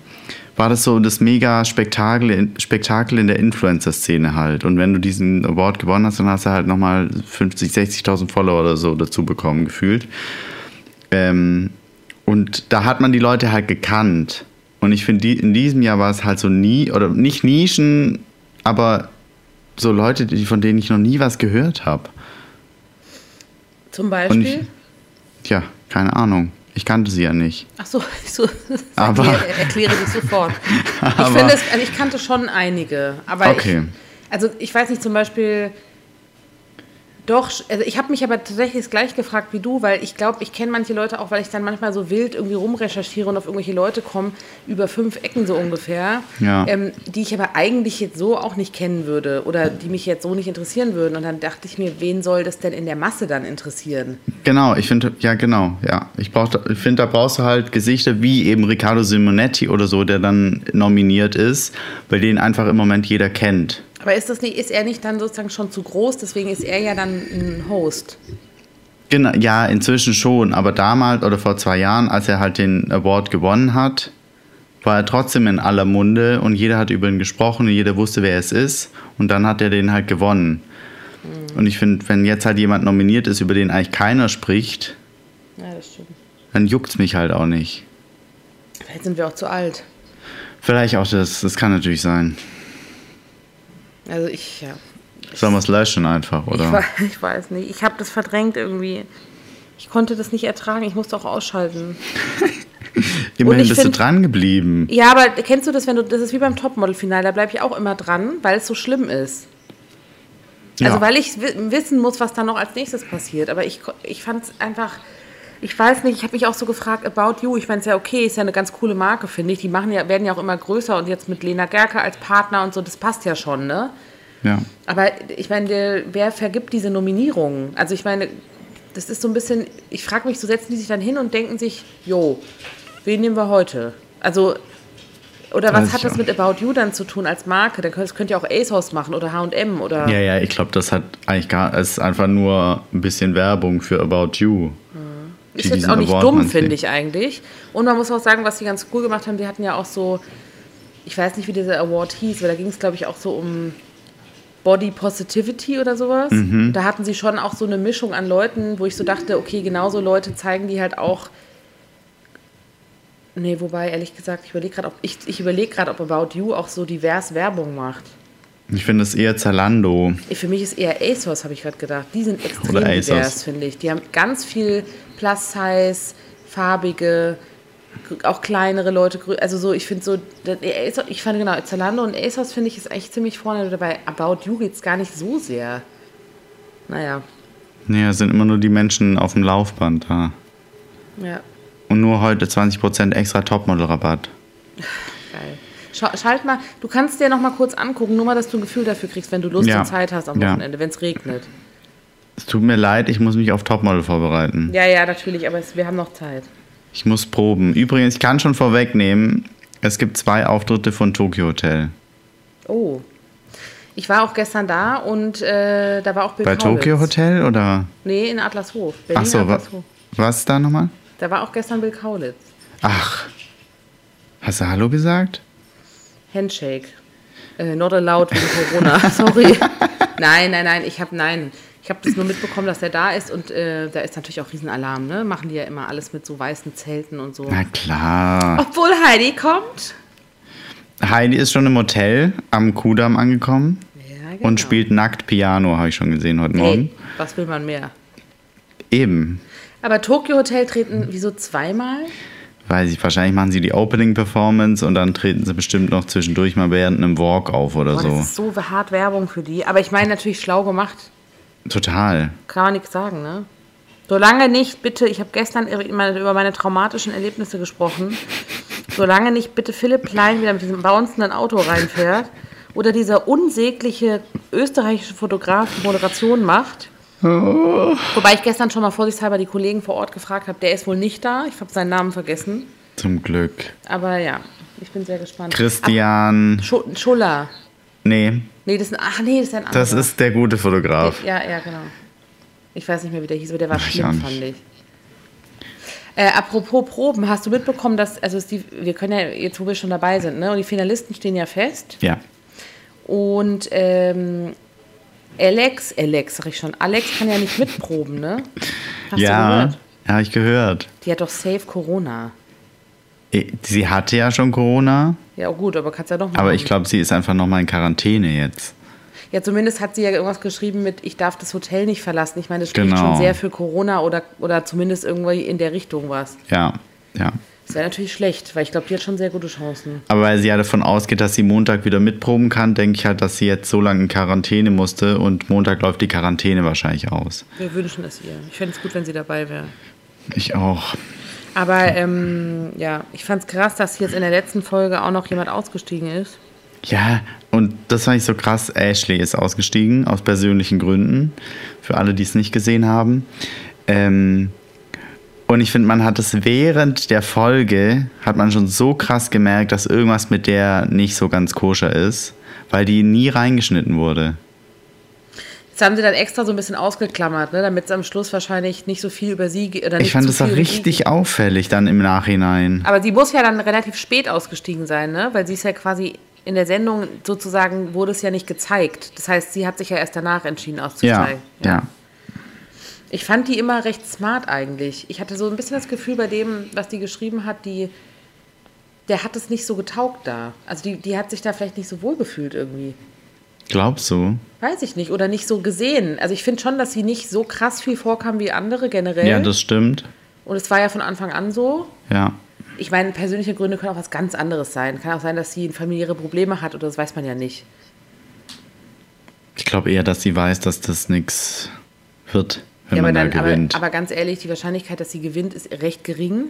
Speaker 2: war das so das mega Spektakel, in- Spektakel in der Influencer-Szene halt. Und wenn du diesen Award gewonnen hast, dann hast du halt nochmal 50, 60.000 Follower oder so dazu bekommen, gefühlt. Ähm, und da hat man die Leute halt gekannt. Und ich finde, die, in diesem Jahr war es halt so nie, oder nicht Nischen, aber so Leute, die, von denen ich noch nie was gehört habe.
Speaker 1: Zum
Speaker 2: Und ich,
Speaker 1: Beispiel.
Speaker 2: tja, keine Ahnung. Ich kannte sie ja nicht.
Speaker 1: Ach so, ich so, das
Speaker 2: Aber-
Speaker 1: erkläre, erkläre dich sofort. ich
Speaker 2: Aber-
Speaker 1: finde es, also ich kannte schon einige, aber
Speaker 2: Okay.
Speaker 1: ich, also ich weiß nicht, zum Beispiel, doch, also ich habe mich aber tatsächlich das gleich gefragt wie du, weil ich glaube, ich kenne manche Leute auch, weil ich dann manchmal so wild irgendwie rumrecherchiere und auf irgendwelche Leute komme, über fünf Ecken so ungefähr,
Speaker 2: Ja.
Speaker 1: ähm, die ich aber eigentlich jetzt so auch nicht kennen würde oder die mich jetzt so nicht interessieren würden. Und dann dachte ich mir, wen soll das denn in der Masse dann interessieren?
Speaker 2: Genau, ich finde, ja, genau, ja. Ich, brauch, da- ich finde, da brauchst du halt Gesichter wie eben Riccardo Simonetti oder so, der dann nominiert ist, bei denen einfach im Moment jeder kennt.
Speaker 1: Aber ist, das nicht, ist er nicht dann sozusagen schon zu groß? Deswegen ist er ja dann ein Host.
Speaker 2: Genau, ja, inzwischen schon, aber damals oder vor zwei Jahren, als er halt den Award gewonnen hat, war er trotzdem in aller Munde und jeder hat über ihn gesprochen und jeder wusste, wer es ist und dann hat er den halt gewonnen. Und ich finde, wenn jetzt halt jemand nominiert ist, über den eigentlich keiner spricht,
Speaker 1: Ja, das stimmt.
Speaker 2: dann juckt's mich halt auch nicht.
Speaker 1: Vielleicht sind wir auch zu alt.
Speaker 2: Vielleicht auch das, das kann natürlich sein.
Speaker 1: Also ich, ja.
Speaker 2: Sollen wir es löschen einfach,
Speaker 1: Ich,
Speaker 2: oder?
Speaker 1: wei- ich weiß nicht. Ich habe das verdrängt irgendwie. Ich konnte das nicht ertragen. Ich musste auch ausschalten. Und
Speaker 2: Immerhin
Speaker 1: ich
Speaker 2: bist du
Speaker 1: find-
Speaker 2: dran geblieben.
Speaker 1: Ja, aber kennst du das, wenn du. Das ist wie beim Topmodel-Finale. Da bleibe ich auch immer dran, weil es so schlimm ist. Also,
Speaker 2: ja.
Speaker 1: weil ich wi- wissen muss, was dann noch als nächstes passiert. Aber ich, ko- ich fand es einfach. Ich weiß nicht, ich habe mich auch so gefragt, About You, ich meine, es ist ja okay, ist ja eine ganz coole Marke, finde ich. Die machen ja, werden ja auch immer größer und jetzt mit Lena Gerke als Partner und so, das passt ja schon, ne?
Speaker 2: ja.
Speaker 1: Aber ich meine, der- wer vergibt diese Nominierungen? Also ich meine, das ist so ein bisschen, ich frage mich, so setzen die sich dann hin und denken sich, jo, wen nehmen wir heute? Also, oder
Speaker 2: Weiß
Speaker 1: was hat
Speaker 2: ich
Speaker 1: das
Speaker 2: auch
Speaker 1: mit About You dann zu tun als Marke? Dann könnt- Das könnt ihr auch ASOS machen oder H&M oder...
Speaker 2: ja, ja, ich glaube, das hat eigentlich gar, es ist einfach nur ein bisschen Werbung für About You.
Speaker 1: Mhm. ist jetzt auch nicht dumm, finde ich eigentlich. Und man muss auch sagen, was sie ganz cool gemacht haben, die hatten ja auch so, ich weiß nicht, wie dieser Award hieß, weil da ging es, glaube ich, auch so um Body Positivity oder sowas. Da hatten sie schon auch so eine Mischung an Leuten, wo ich so dachte, okay, genauso Leute zeigen die halt auch. Nee, wobei, ehrlich gesagt, ich überlege gerade, ob ich, ich überlege gerade, ob About You auch so divers Werbung macht.
Speaker 2: Ich finde es eher Zalando.
Speaker 1: Ich- Für mich ist eher ASOS, habe ich gerade gedacht. Die sind extrem
Speaker 2: Oder ASOS.
Speaker 1: divers, finde ich. Die haben ganz viel Plus-Size, farbige, gr- auch kleinere Leute. grö- Also so, ich finde so, das- eh, ASOS, ich fand genau, Zalando und ASOS finde ich ist echt ziemlich vorne dabei. About You geht es gar nicht so sehr. Naja,
Speaker 2: Nee, es sind immer nur die Menschen auf dem Laufband da.
Speaker 1: ja,
Speaker 2: Und nur heute 20% extra Topmodel-Rabatt.
Speaker 1: geil. Scha- Schalt mal, du kannst dir noch mal kurz angucken, nur mal, dass du ein Gefühl dafür kriegst, wenn du Lust
Speaker 2: Ja.
Speaker 1: und Zeit hast am
Speaker 2: Ja.
Speaker 1: Wochenende, wenn es regnet.
Speaker 2: Es tut mir leid, ich muss mich auf Topmodel vorbereiten.
Speaker 1: Ja, ja, natürlich, aber es, wir haben noch Zeit.
Speaker 2: Ich muss proben. Übrigens, ich kann schon vorwegnehmen, es gibt zwei Auftritte von Tokyo Hotel.
Speaker 1: Oh. Ich war auch gestern da und äh, da war auch Bill
Speaker 2: Bei
Speaker 1: Kaulitz.
Speaker 2: Tokyo Hotel oder?
Speaker 1: Nee, in Adlershof. Berlin
Speaker 2: Achso, wa
Speaker 1: Adlershof.
Speaker 2: was ist da nochmal?
Speaker 1: Da war auch gestern Bill Kaulitz.
Speaker 2: Ach, hast du Hallo gesagt?
Speaker 1: Handshake. Äh, not allowed wegen Corona. Sorry. nein, nein, nein. Ich habe nein. Ich habe das nur mitbekommen, dass der da ist und äh, da ist natürlich auch Riesenalarm. Ne? Machen die ja immer alles mit so weißen Zelten und so.
Speaker 2: Na klar.
Speaker 1: Obwohl Heidi kommt. Oh.
Speaker 2: Heidi ist schon im Hotel am Kudamm angekommen
Speaker 1: Ja, genau.
Speaker 2: und spielt nackt Piano, habe ich schon gesehen heute Morgen.
Speaker 1: Hey, was will man mehr?
Speaker 2: Eben.
Speaker 1: Aber Tokyo Hotel treten wieso zweimal?
Speaker 2: Weiß ich, wahrscheinlich machen sie die Opening-Performance und dann treten sie bestimmt noch zwischendurch mal während einem Walk auf oder
Speaker 1: Boah,
Speaker 2: so.
Speaker 1: Das ist so hart Werbung für die. Aber ich meine natürlich schlau gemacht.
Speaker 2: Total.
Speaker 1: Kann man nichts sagen, ne? Solange nicht, bitte, ich habe gestern ir- meine- über meine traumatischen Erlebnisse gesprochen. Solange nicht bitte Philipp Klein wieder mit diesem bouncenden Auto reinfährt oder dieser unsägliche österreichische Fotograf die Moderation macht. Wobei ich gestern schon mal vorsichtshalber die Kollegen vor Ort gefragt habe, der ist wohl nicht da. Ich habe seinen Namen vergessen.
Speaker 2: Zum Glück.
Speaker 1: Aber ja, ich bin sehr gespannt.
Speaker 2: Christian.
Speaker 1: Schu- Schuller.
Speaker 2: Nee,
Speaker 1: Nee, das ist ein, ach nee, das ist ein anderer.
Speaker 2: das ist der gute Fotograf.
Speaker 1: Ja, ja, genau. Ich weiß nicht mehr, wie der hieß, aber der war
Speaker 2: Ach, ich auch
Speaker 1: schlimm,
Speaker 2: nicht.
Speaker 1: fand ich. Äh, apropos Proben, hast du mitbekommen, dass, also es die, wir können ja, jetzt wo wir schon dabei sind, ne, und die Finalisten stehen ja fest.
Speaker 2: Ja.
Speaker 1: Und ähm, Alex, Alex, sag ich schon, Alex kann ja nicht mitproben, ne? Hast du
Speaker 2: Ja,
Speaker 1: gehört?
Speaker 2: habe ich gehört.
Speaker 1: Die hat doch safe Corona.
Speaker 2: Eh, Sie hatte ja schon Corona,
Speaker 1: Ja, oh gut, aber kannst ja doch mal.
Speaker 2: aber ich glaube, sie ist einfach nochmal in Quarantäne jetzt.
Speaker 1: Ja, zumindest hat sie ja irgendwas geschrieben mit, ich darf das Hotel nicht verlassen. Ich meine, das spricht
Speaker 2: Genau.
Speaker 1: schon sehr für Corona oder, oder zumindest irgendwie in der Richtung was.
Speaker 2: Ja, ja.
Speaker 1: Das wäre natürlich schlecht, weil ich glaube, die hat schon sehr gute Chancen.
Speaker 2: Aber weil sie ja davon ausgeht, dass sie Montag wieder mitproben kann, denke ich halt, dass sie jetzt so lange in Quarantäne musste und Montag läuft die Quarantäne wahrscheinlich aus.
Speaker 1: Wir wünschen es ihr. Ich fände es gut, wenn sie dabei wäre.
Speaker 2: Ich auch.
Speaker 1: Aber ähm, ja, ich fand es krass, dass jetzt in der letzten Folge auch noch jemand ausgestiegen ist.
Speaker 2: Ja, und das fand ich so krass. Ashley ist ausgestiegen, aus persönlichen Gründen. Für alle, die es nicht gesehen haben. Ähm, und ich finde, man hat es während der Folge, hat man schon so krass gemerkt, dass irgendwas mit der nicht so ganz koscher ist, weil die nie reingeschnitten wurde.
Speaker 1: Das haben sie dann extra so ein bisschen ausgeklammert, ne? damit es am Schluss wahrscheinlich nicht so viel über sie geht.
Speaker 2: Ich fand es auch richtig auffällig dann im Nachhinein.
Speaker 1: Aber sie muss ja dann relativ spät ausgestiegen sein, ne? weil sie ist ja quasi in der Sendung sozusagen, wurde es ja nicht gezeigt. Das heißt, sie hat sich ja erst danach entschieden
Speaker 2: Ja,
Speaker 1: auszusteigen.
Speaker 2: ja.
Speaker 1: Ich fand die immer recht smart eigentlich. Ich hatte so ein bisschen das Gefühl bei dem, was die geschrieben hat, die, der hat es nicht so getaugt da. Also die, die hat sich da vielleicht nicht so wohl gefühlt irgendwie.
Speaker 2: Glaubst du?
Speaker 1: Weiß ich nicht. Oder nicht so gesehen. Also ich finde schon, dass sie nicht so krass viel vorkam wie andere generell.
Speaker 2: Ja, das stimmt.
Speaker 1: Und es war ja von Anfang an so.
Speaker 2: Ja.
Speaker 1: Ich meine, persönliche Gründe können auch was ganz anderes sein. Kann auch sein, dass sie familiäre Probleme hat oder das weiß man ja nicht.
Speaker 2: Ich glaube eher, dass sie weiß, dass das nichts wird, wenn
Speaker 1: ja,
Speaker 2: man
Speaker 1: aber,
Speaker 2: da
Speaker 1: aber,
Speaker 2: gewinnt.
Speaker 1: aber ganz ehrlich, die Wahrscheinlichkeit, dass sie gewinnt, ist recht gering.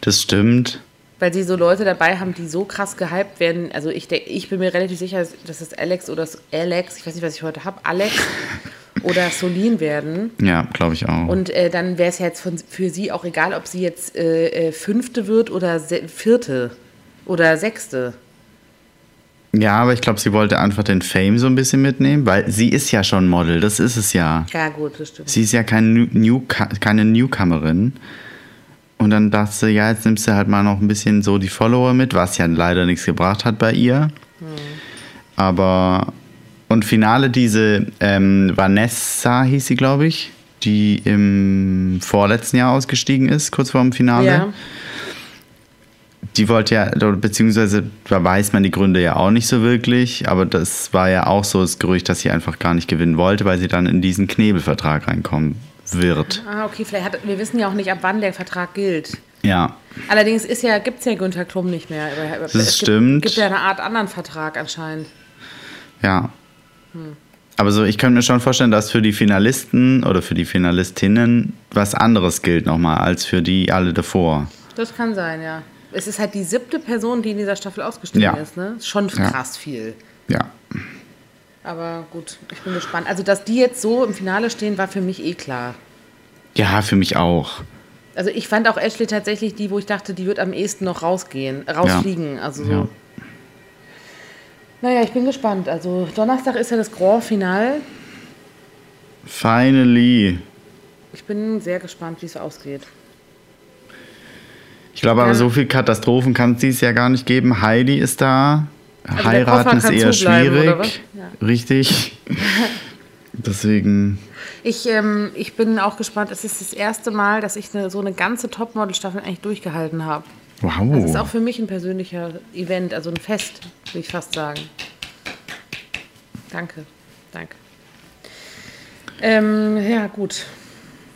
Speaker 2: das stimmt.
Speaker 1: Weil sie so Leute dabei haben, die so krass gehypt werden. Also ich, denk, ich bin mir relativ sicher, dass- dass es Alex oder S- Alex, ich weiß nicht, was ich heute habe, Alex oder Solin werden.
Speaker 2: Ja, glaube ich auch.
Speaker 1: Und äh, dann wäre es ja jetzt von, für sie auch egal, ob sie jetzt äh, äh, Fünfte wird oder se Vierte oder Sechste.
Speaker 2: ja, aber ich glaube, sie wollte einfach den Fame so ein bisschen mitnehmen, weil sie ist ja schon Model, das ist es ja.
Speaker 1: Ja gut, das stimmt.
Speaker 2: Sie ist ja kein New Newca- keine Newcomerin. Und dann dachte sie, ja, jetzt nimmst du halt mal noch ein bisschen so die Follower mit, was ja leider nichts gebracht hat bei ihr.
Speaker 1: Hm.
Speaker 2: Aber, und Finale diese ähm, Vanessa hieß sie, glaube ich, die im vorletzten Jahr ausgestiegen ist, kurz vor dem Finale.
Speaker 1: ja.
Speaker 2: die wollte ja, beziehungsweise da weiß man die Gründe ja auch nicht so wirklich, aber das war ja auch so das Gerücht, dass sie einfach gar nicht gewinnen wollte, weil sie dann in diesen Knebelvertrag reinkommen wird.
Speaker 1: Ah, okay, vielleicht hat, wir wissen ja auch nicht, ab wann der Vertrag gilt.
Speaker 2: Ja,
Speaker 1: Allerdings ist ja, gibt es ja Günther Klum nicht mehr. Aber- aber es
Speaker 2: stimmt.
Speaker 1: Gibt, gibt ja eine Art anderen Vertrag anscheinend.
Speaker 2: ja. Aber so, ich könnte mir schon vorstellen, dass für die Finalisten oder für die Finalistinnen was anderes gilt nochmal als für die alle davor.
Speaker 1: Das kann sein, ja. Es ist halt die siebte Person, die in dieser Staffel ausgestiegen
Speaker 2: Ja.
Speaker 1: ist, ne? Ist Schon
Speaker 2: Ja.
Speaker 1: krass viel.
Speaker 2: Ja.
Speaker 1: Aber gut, ich bin gespannt. Also, dass die jetzt so im Finale stehen, war für mich eh klar.
Speaker 2: Ja, für mich auch.
Speaker 1: Also, ich fand auch Ashley tatsächlich die, wo ich dachte, die wird am ehesten noch rausgehen, äh, rausfliegen. Also, so.
Speaker 2: Ja.
Speaker 1: Naja, ich bin gespannt. Also, Donnerstag ist ja das Grand Finale.
Speaker 2: Finally.
Speaker 1: Ich bin sehr gespannt, wie es ausgeht.
Speaker 2: Ich glaube aber,
Speaker 1: Ja.
Speaker 2: so viel Katastrophen kann es dieses Jahr gar nicht geben. Heidi ist da.
Speaker 1: Also der
Speaker 2: Heiraten
Speaker 1: Koffer
Speaker 2: ist
Speaker 1: kann
Speaker 2: eher
Speaker 1: zubleiben, oder
Speaker 2: schwierig. Richtig. Deswegen,
Speaker 1: Ich, ähm, ich bin auch gespannt. Es ist das erste Mal, dass ich ne- so eine ganze Topmodel-Staffel eigentlich durchgehalten habe.
Speaker 2: wow.
Speaker 1: Das Also ist auch für mich ein persönlicher Event, also ein Fest, würde ich fast sagen. Danke, danke. Ähm, ja, gut.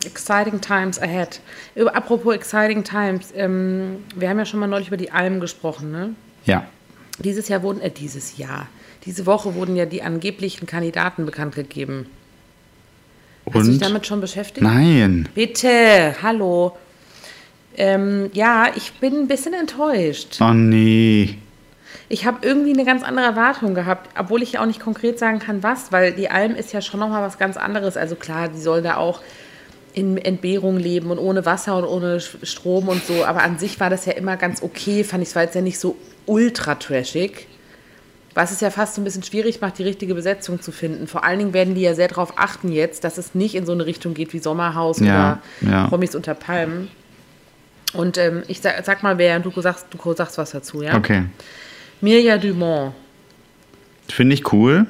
Speaker 1: Exciting times ahead. Über, apropos exciting times. Ähm, wir haben ja schon mal neulich über die Alm gesprochen, ne?
Speaker 2: ja.
Speaker 1: Dieses Jahr wurden, äh, dieses Jahr, diese Woche wurden ja die angeblichen Kandidaten bekannt gegeben. Hast du dich
Speaker 2: Und?
Speaker 1: damit schon beschäftigt?
Speaker 2: Nein.
Speaker 1: Bitte, hallo. Ähm, ja, ich bin ein bisschen enttäuscht.
Speaker 2: Oh nee.
Speaker 1: Ich habe irgendwie eine ganz andere Erwartung gehabt, obwohl ich ja auch nicht konkret sagen kann, was, weil die Alm ist ja schon nochmal was ganz anderes. Also klar, die soll da auch in Entbehrung leben und ohne Wasser und ohne Sch- Strom und so. Aber an sich war das ja immer ganz okay, fand ich. Es war jetzt ja nicht so ultra trashig. Was es ja fast so ein bisschen schwierig macht, die richtige Besetzung zu finden. Vor allen Dingen werden die ja sehr darauf achten jetzt, dass es nicht in so eine Richtung geht wie Sommerhaus
Speaker 2: Ja,
Speaker 1: oder
Speaker 2: ja.
Speaker 1: Promis unter Palmen. Und ähm, ich sag, sag mal, wer, du sagst, du sagst was dazu, ja?
Speaker 2: Okay.
Speaker 1: Mirja Dumont.
Speaker 2: Finde ich cool.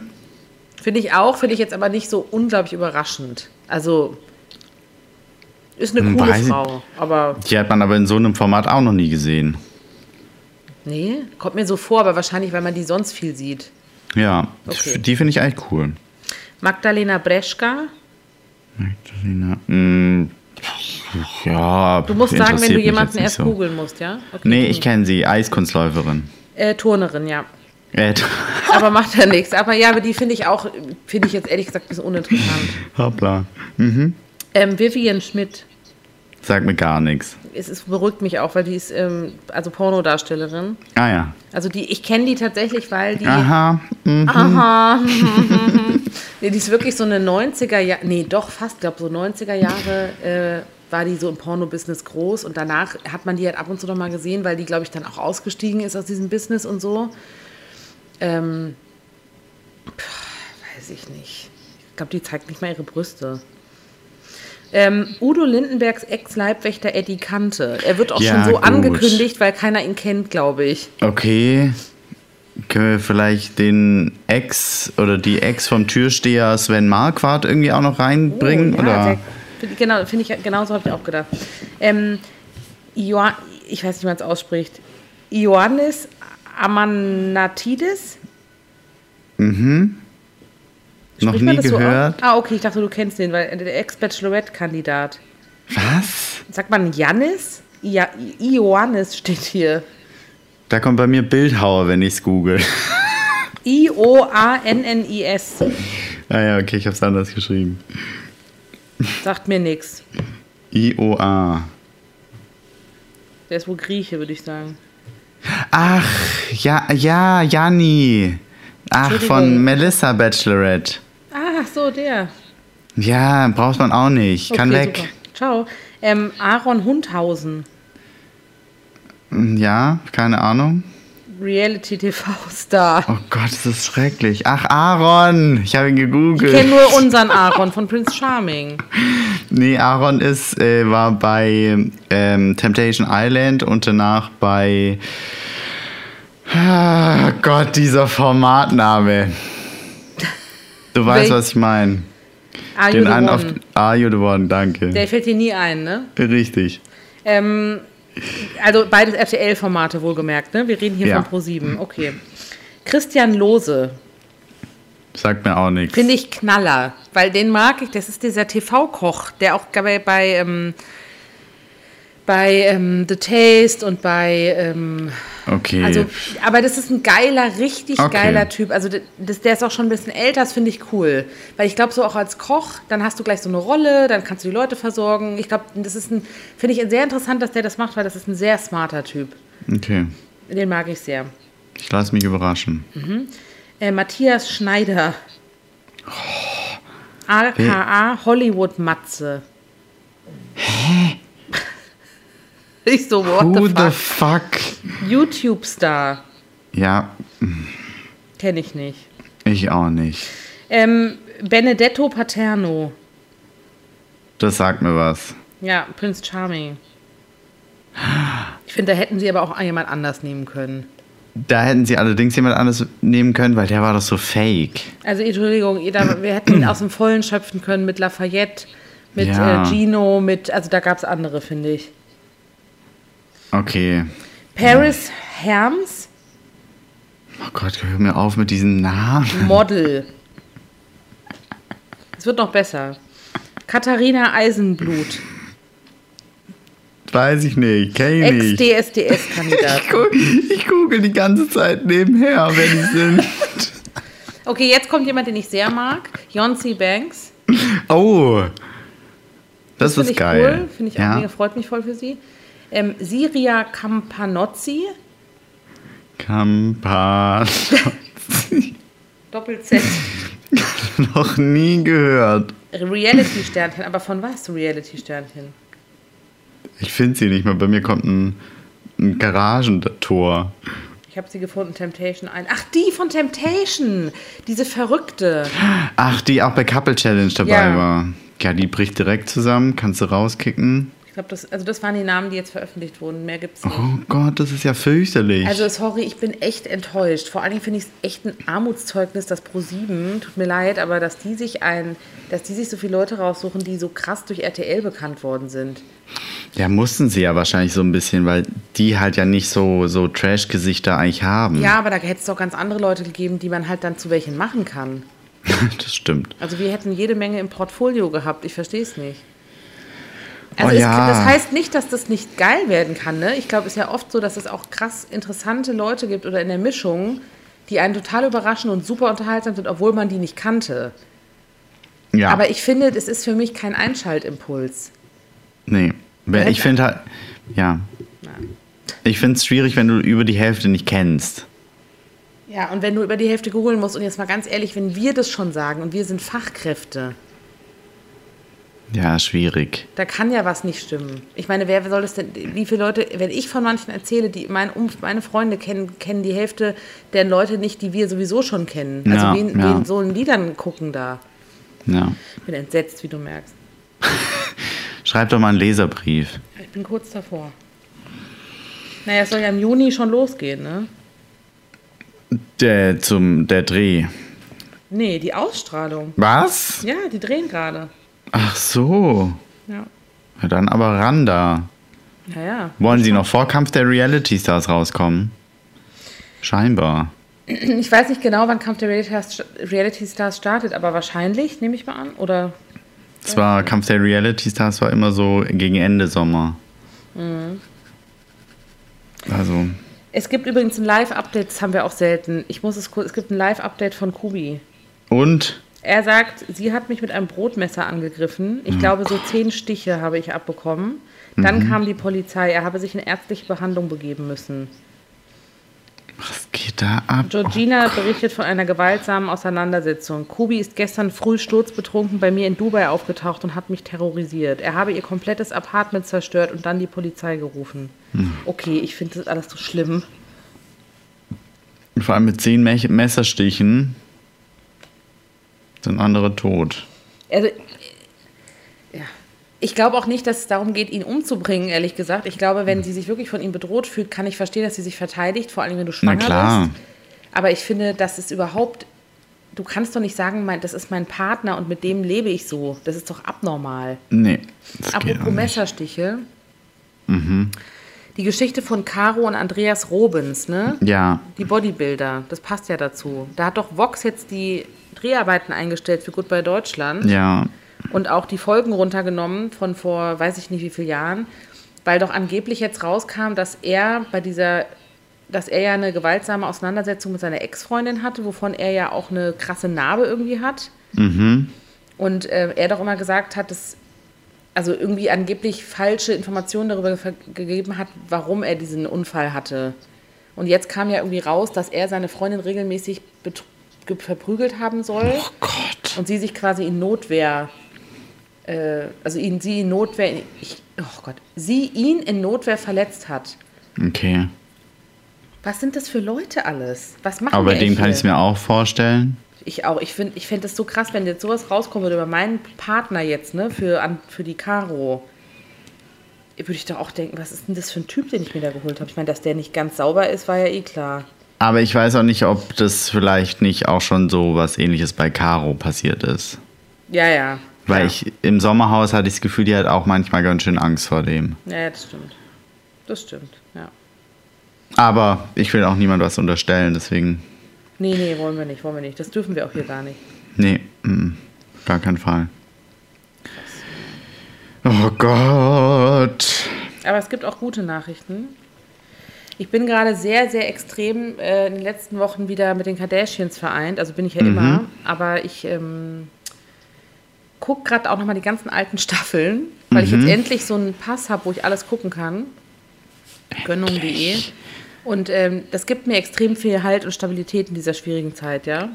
Speaker 1: Finde ich auch, finde ich jetzt aber nicht so unglaublich überraschend. Also ist eine
Speaker 2: Hm,
Speaker 1: coole
Speaker 2: weiß ich-
Speaker 1: Frau, aber
Speaker 2: Die hat man aber in so einem Format auch noch nie gesehen.
Speaker 1: nee, kommt mir so vor, aber wahrscheinlich, weil man die sonst viel sieht.
Speaker 2: Ja.
Speaker 1: Okay.
Speaker 2: Die finde ich eigentlich cool.
Speaker 1: Magdalena Breschka,
Speaker 2: Magdalena. Mm, ja.
Speaker 1: du musst sagen, wenn
Speaker 2: interessiert
Speaker 1: du
Speaker 2: mich
Speaker 1: jemanden
Speaker 2: jetzt nicht
Speaker 1: erst
Speaker 2: so.
Speaker 1: googeln musst, ja? Okay.
Speaker 2: Nee, ich kenne sie. Eiskunstläuferin.
Speaker 1: Äh, Turnerin, ja.
Speaker 2: Äh,
Speaker 1: Aber macht ja nichts. Aber ja, aber die finde ich auch, finde ich jetzt ehrlich gesagt ein bisschen uninteressant.
Speaker 2: hoppla.
Speaker 1: Ähm, Vivian Schmidt,
Speaker 2: Sagt mir gar nichts.
Speaker 1: es ist, beruhigt mich auch, weil die ist ähm, also Pornodarstellerin.
Speaker 2: Ah ja.
Speaker 1: Also die, ich kenne die tatsächlich, weil die
Speaker 2: Aha. mm,
Speaker 1: Nee, die ist wirklich so eine 90er Jahre, nee, doch fast, glaube so 90er Jahre äh, war die so im Porno-Business groß und danach hat man die halt ab und zu noch mal gesehen, weil die, glaube ich, dann auch ausgestiegen ist aus diesem Business und so. Ähm, pah, weiß ich nicht. Ich glaube, die zeigt nicht mal ihre Brüste. Ähm, Udo Lindenbergs Ex-Leibwächter Eddie Kante. Er wird auch
Speaker 2: Ja,
Speaker 1: schon so
Speaker 2: gut.
Speaker 1: angekündigt, weil keiner ihn kennt, glaube ich.
Speaker 2: Okay. Können wir vielleicht den Ex oder die Ex vom Türsteher Sven Marquardt irgendwie auch noch reinbringen?
Speaker 1: Oh, ja,
Speaker 2: oder?
Speaker 1: sehr- find- genau, finde ich, genauso habe ich auch gedacht. Ähm, Ioan, ich weiß nicht, wie man es ausspricht. Ioannis Amanatidis?
Speaker 2: Noch
Speaker 1: Spricht man
Speaker 2: nie
Speaker 1: das so aus?
Speaker 2: gehört.
Speaker 1: ah, okay, ich dachte, du kennst den, weil der Ex-Bachelorette-Kandidat.
Speaker 2: Was?
Speaker 1: Sagt man Jannis? Ja, I- Ioannis steht hier.
Speaker 2: Da kommt bei mir Bildhauer, wenn ich's google.
Speaker 1: I-O-A-N-N-I-S.
Speaker 2: ah ja, okay, ich hab's anders geschrieben.
Speaker 1: Sagt mir nichts.
Speaker 2: IOA.
Speaker 1: Der ist wohl Grieche, würde ich sagen.
Speaker 2: Ach, ja, ja, Janni. Ach, von
Speaker 1: Entschuldigung.
Speaker 2: Melissa Bachelorette.
Speaker 1: Ah, so, der.
Speaker 2: Ja, braucht man auch nicht. Kann
Speaker 1: Okay,
Speaker 2: weg.
Speaker 1: Super. Ciao. Ähm, Aaron Hundhausen.
Speaker 2: Hm, Ja, keine Ahnung.
Speaker 1: Reality-TV-Star.
Speaker 2: Oh Gott, das ist schrecklich. Ach, Aaron. Ich habe ihn
Speaker 1: Ich kenne
Speaker 2: gegoogelt.
Speaker 1: nur unseren Aaron von Prince Charming.
Speaker 2: Nee, Aaron ist, äh, war bei ähm, Temptation Island und danach bei. Ah, Gott, dieser Formatname. Du weißt,
Speaker 1: Wel-
Speaker 2: was ich meine.
Speaker 1: Are you
Speaker 2: Den
Speaker 1: the
Speaker 2: einen
Speaker 1: one?
Speaker 2: auf. Are you the one? Danke.
Speaker 1: Der fällt dir nie ein, ne?
Speaker 2: Richtig.
Speaker 1: Ähm, also beides RTL-Formate wohlgemerkt, ne? Wir reden hier
Speaker 2: Ja.
Speaker 1: von Pro7. Okay. Christian Lose
Speaker 2: Sagt mir auch nichts.
Speaker 1: finde ich Knaller, weil den mag ich. Das ist dieser TV-Koch, der auch bei, bei, ähm, bei ähm, The Taste und bei. Ähm,
Speaker 2: Okay.
Speaker 1: also, aber das ist ein geiler, richtig
Speaker 2: Hm. Okay.
Speaker 1: geiler Typ. Also d- das, der ist auch schon ein bisschen älter, das finde ich cool. Weil ich glaube, so auch als Koch, dann hast du gleich so eine Rolle, dann kannst du die Leute versorgen. Ich glaube, das ist ein, finde ich sehr interessant, dass der das macht, weil das ist ein sehr smarter Typ.
Speaker 2: okay.
Speaker 1: Den mag ich sehr.
Speaker 2: Ich lasse mich überraschen.
Speaker 1: Äh, Matthias Schneider.
Speaker 2: Oh.
Speaker 1: AKA Hollywood Matze. Hä? Ich so, what
Speaker 2: Who
Speaker 1: the fuck?
Speaker 2: fuck?
Speaker 1: YouTube-Star.
Speaker 2: Ja,
Speaker 1: Kenne ich nicht.
Speaker 2: ich auch nicht.
Speaker 1: Ähm, Benedetto Paterno.
Speaker 2: Das sagt mir was.
Speaker 1: Ja, Prince Charming. Ich finde, da hätten sie aber auch jemand anders nehmen können.
Speaker 2: Da hätten sie allerdings jemand anderes nehmen können, weil der war doch so fake.
Speaker 1: Also, Entschuldigung, ihr- da- wir hätten ihn aus dem Vollen schöpfen können mit Lafayette, mit
Speaker 2: Ja.
Speaker 1: äh, Gino, mit. Also, da gab es andere, finde ich.
Speaker 2: Okay.
Speaker 1: Paris Herms,
Speaker 2: Oh Gott, hör mir auf mit diesen Namen.
Speaker 1: Model. Es wird noch besser. Katharina Eisenblut,
Speaker 2: Weiß ich nicht, kenn ich nicht.
Speaker 1: Ex-DSDS-Kandidat.
Speaker 2: Guck, Ich google die ganze Zeit nebenher, wer die sind.
Speaker 1: Okay, jetzt kommt jemand, den ich sehr mag. Jonsi Banks.
Speaker 2: Oh. Das,
Speaker 1: Finde
Speaker 2: ist
Speaker 1: ich
Speaker 2: geil.
Speaker 1: cool. Finde ich auch
Speaker 2: ja.
Speaker 1: mega, freut mich voll für sie. Ähm, Siria Campanozzi,
Speaker 2: Kampan.
Speaker 1: Doppel-Z,
Speaker 2: Noch nie gehört.
Speaker 1: Reality-Sternchen. Aber von was, Reality-Sternchen?
Speaker 2: Ich finde sie nicht mehr. Bei mir kommt ein, ein Garagentor.
Speaker 1: Ich habe sie gefunden, Temptation ein. Ach, die von Temptation! Diese Verrückte.
Speaker 2: Ach, die auch bei Couple Challenge dabei
Speaker 1: Ja.
Speaker 2: war. Ja, die bricht direkt zusammen. Kannst du rauskicken.
Speaker 1: Ich glaube, das, also das waren die Namen, die jetzt veröffentlicht wurden. Mehr gibt's nicht.
Speaker 2: Oh Gott, das ist ja fürchterlich.
Speaker 1: Also sorry, ich bin echt enttäuscht. Vor allen Dingen finde ich es echt ein Armutszeugnis, dass Pro7, tut mir leid, aber dass die sich ein, dass die sich so viele Leute raussuchen, die so krass durch RTL bekannt worden sind.
Speaker 2: ja, mussten sie ja wahrscheinlich so ein bisschen, weil die halt ja nicht so, so Trash-Gesichter eigentlich haben.
Speaker 1: Ja, aber da hätte es doch ganz andere Leute gegeben, die man halt dann zu welchen machen kann.
Speaker 2: Das stimmt.
Speaker 1: Also wir hätten jede Menge im Portfolio gehabt. Ich verstehe es nicht. Also
Speaker 2: Oh
Speaker 1: es,
Speaker 2: ja.
Speaker 1: das heißt nicht, dass das nicht geil werden kann. Ne? Ich glaube, es ist ja oft so, dass es auch krass interessante Leute gibt oder in der Mischung, die einen total überraschen und super unterhaltsam sind, obwohl man die nicht kannte.
Speaker 2: Ja.
Speaker 1: Aber ich finde, es ist für mich kein Einschaltimpuls.
Speaker 2: Nee. Wer- Ich finde halt. Ja. Ich finde es schwierig, wenn du über die Hälfte nicht kennst.
Speaker 1: Ja, und wenn du über die Hälfte googeln musst, und jetzt mal ganz ehrlich, wenn wir das schon sagen und wir sind Fachkräfte,
Speaker 2: Ja, schwierig.
Speaker 1: da kann ja was nicht stimmen. Ich meine, wer soll das denn, wie viele Leute, wenn ich von manchen erzähle, die mein, Umf- meine Freunde kennen, kennen die Hälfte der Leute nicht, die wir sowieso schon kennen. Also
Speaker 2: Ja,
Speaker 1: wen,
Speaker 2: ja.
Speaker 1: wen sollen die dann gucken da?
Speaker 2: Ja.
Speaker 1: Ich bin entsetzt, wie du merkst.
Speaker 2: Schreib doch mal einen Leserbrief.
Speaker 1: Ich bin kurz davor. Naja, es soll ja im Juni schon losgehen, ne?
Speaker 2: Der, zum, der Dreh.
Speaker 1: Nee, die Ausstrahlung.
Speaker 2: Was?
Speaker 1: Ja, die drehen gerade.
Speaker 2: Ach so.
Speaker 1: Ja.
Speaker 2: Ja, dann aber ran da.
Speaker 1: Naja.
Speaker 2: Wollen Sie noch vor Kampf der Reality Stars rauskommen? Scheinbar.
Speaker 1: Ich weiß nicht genau, wann Kampf der Reality Stars, Reality Stars startet, aber wahrscheinlich, nehme ich mal an. Oder
Speaker 2: Zwar Kampf der Reality Stars war immer so gegen Ende Sommer. Mhm. Also,
Speaker 1: es gibt übrigens ein Live-Update, das haben wir auch selten. Ich muss es kurz, es gibt ein Live-Update von Kubi.
Speaker 2: und
Speaker 1: Er sagt, sie hat mich mit einem Brotmesser angegriffen. Ich glaube, so zehn Stiche habe ich abbekommen. Dann kam die Polizei. Er habe sich in ärztliche Behandlung begeben müssen.
Speaker 2: was geht da ab?
Speaker 1: Georgina berichtet von einer gewaltsamen Auseinandersetzung. Kubi ist gestern früh sturzbetrunken bei mir in Dubai aufgetaucht und hat mich terrorisiert. Er habe ihr komplettes Apartment zerstört und dann die Polizei gerufen. Okay, ich finde das alles so schlimm.
Speaker 2: Vor allem mit zehn Mech- Messerstichen sind andere tot.
Speaker 1: Also, äh, ja. Ich glaube auch nicht, dass es darum geht, ihn umzubringen, ehrlich gesagt. Ich glaube,
Speaker 2: Hm.
Speaker 1: wenn sie sich wirklich von ihm bedroht fühlt, kann ich verstehen, dass sie sich verteidigt, vor allem wenn du
Speaker 2: Na
Speaker 1: schwanger
Speaker 2: klar.
Speaker 1: bist. Aber ich finde, das ist überhaupt. Du kannst doch nicht sagen, mein, das ist mein Partner und mit dem lebe ich so. Das ist doch abnormal.
Speaker 2: Nee. Das geht auch
Speaker 1: Apropos
Speaker 2: nicht. Mhm.
Speaker 1: Messerstiche. Die Geschichte von Caro und Andreas Robens, ne?
Speaker 2: Ja,
Speaker 1: Die Bodybuilder, das passt ja dazu. Da hat doch Vox jetzt die Dreharbeiten eingestellt für Goodbye Deutschland
Speaker 2: ja.
Speaker 1: und auch die Folgen runtergenommen von vor weiß ich nicht wie vielen Jahren. weil doch angeblich jetzt rauskam, dass er bei dieser, dass er ja eine gewaltsame Auseinandersetzung mit seiner Ex-Freundin hatte, wovon er ja auch eine krasse Narbe irgendwie hat.
Speaker 2: Mhm.
Speaker 1: Und äh, er doch immer gesagt hat, dass also irgendwie angeblich falsche Informationen darüber ge gegeben hat, warum er diesen Unfall hatte. Und jetzt kam ja irgendwie raus, dass er seine Freundin regelmäßig betr- ge- verprügelt haben soll
Speaker 2: Oh Gott.
Speaker 1: und sie sich quasi in Notwehr, äh, also ihn, sie in Notwehr, ich, oh Gott, sie ihn in Notwehr verletzt hat.
Speaker 2: Okay.
Speaker 1: Was sind das für Leute alles? Was machen
Speaker 2: Aber bei
Speaker 1: wir
Speaker 2: dem
Speaker 1: echt
Speaker 2: kann
Speaker 1: hier?
Speaker 2: ich es mir auch vorstellen.
Speaker 1: Ich auch. Ich finde ich find das so krass, wenn jetzt sowas rauskommen würde über meinen Partner jetzt, ne, für, an, für die Caro. Würde ich doch auch denken, was ist denn das für ein Typ, den ich mir da geholt habe? Ich meine, dass der nicht ganz sauber ist, war ja eh klar.
Speaker 2: Aber ich weiß auch nicht, ob das vielleicht nicht auch schon so was ähnliches bei Caro passiert ist.
Speaker 1: Ja, ja.
Speaker 2: Weil
Speaker 1: ja.
Speaker 2: ich im Sommerhaus hatte ich das Gefühl, die hat auch manchmal ganz schön Angst vor dem.
Speaker 1: Ja, ja, das stimmt. Das stimmt, ja.
Speaker 2: Aber ich will auch niemand was unterstellen, deswegen.
Speaker 1: Nee, nee, wollen wir nicht, wollen wir nicht. Das dürfen wir auch hier gar nicht.
Speaker 2: Nee, mm, gar keinen Fall. Oh Gott.
Speaker 1: Aber es gibt auch gute Nachrichten. Ich bin gerade sehr, sehr extrem äh, in den letzten Wochen wieder mit den Kardashians vereint. Also bin ich ja immer. Aber ich ähm, gucke gerade auch nochmal die ganzen alten Staffeln, weil ich jetzt endlich so einen Pass habe, wo ich alles gucken kann. Gönnung.de. Und ähm, das gibt mir extrem viel Halt und Stabilität in dieser schwierigen Zeit, ja.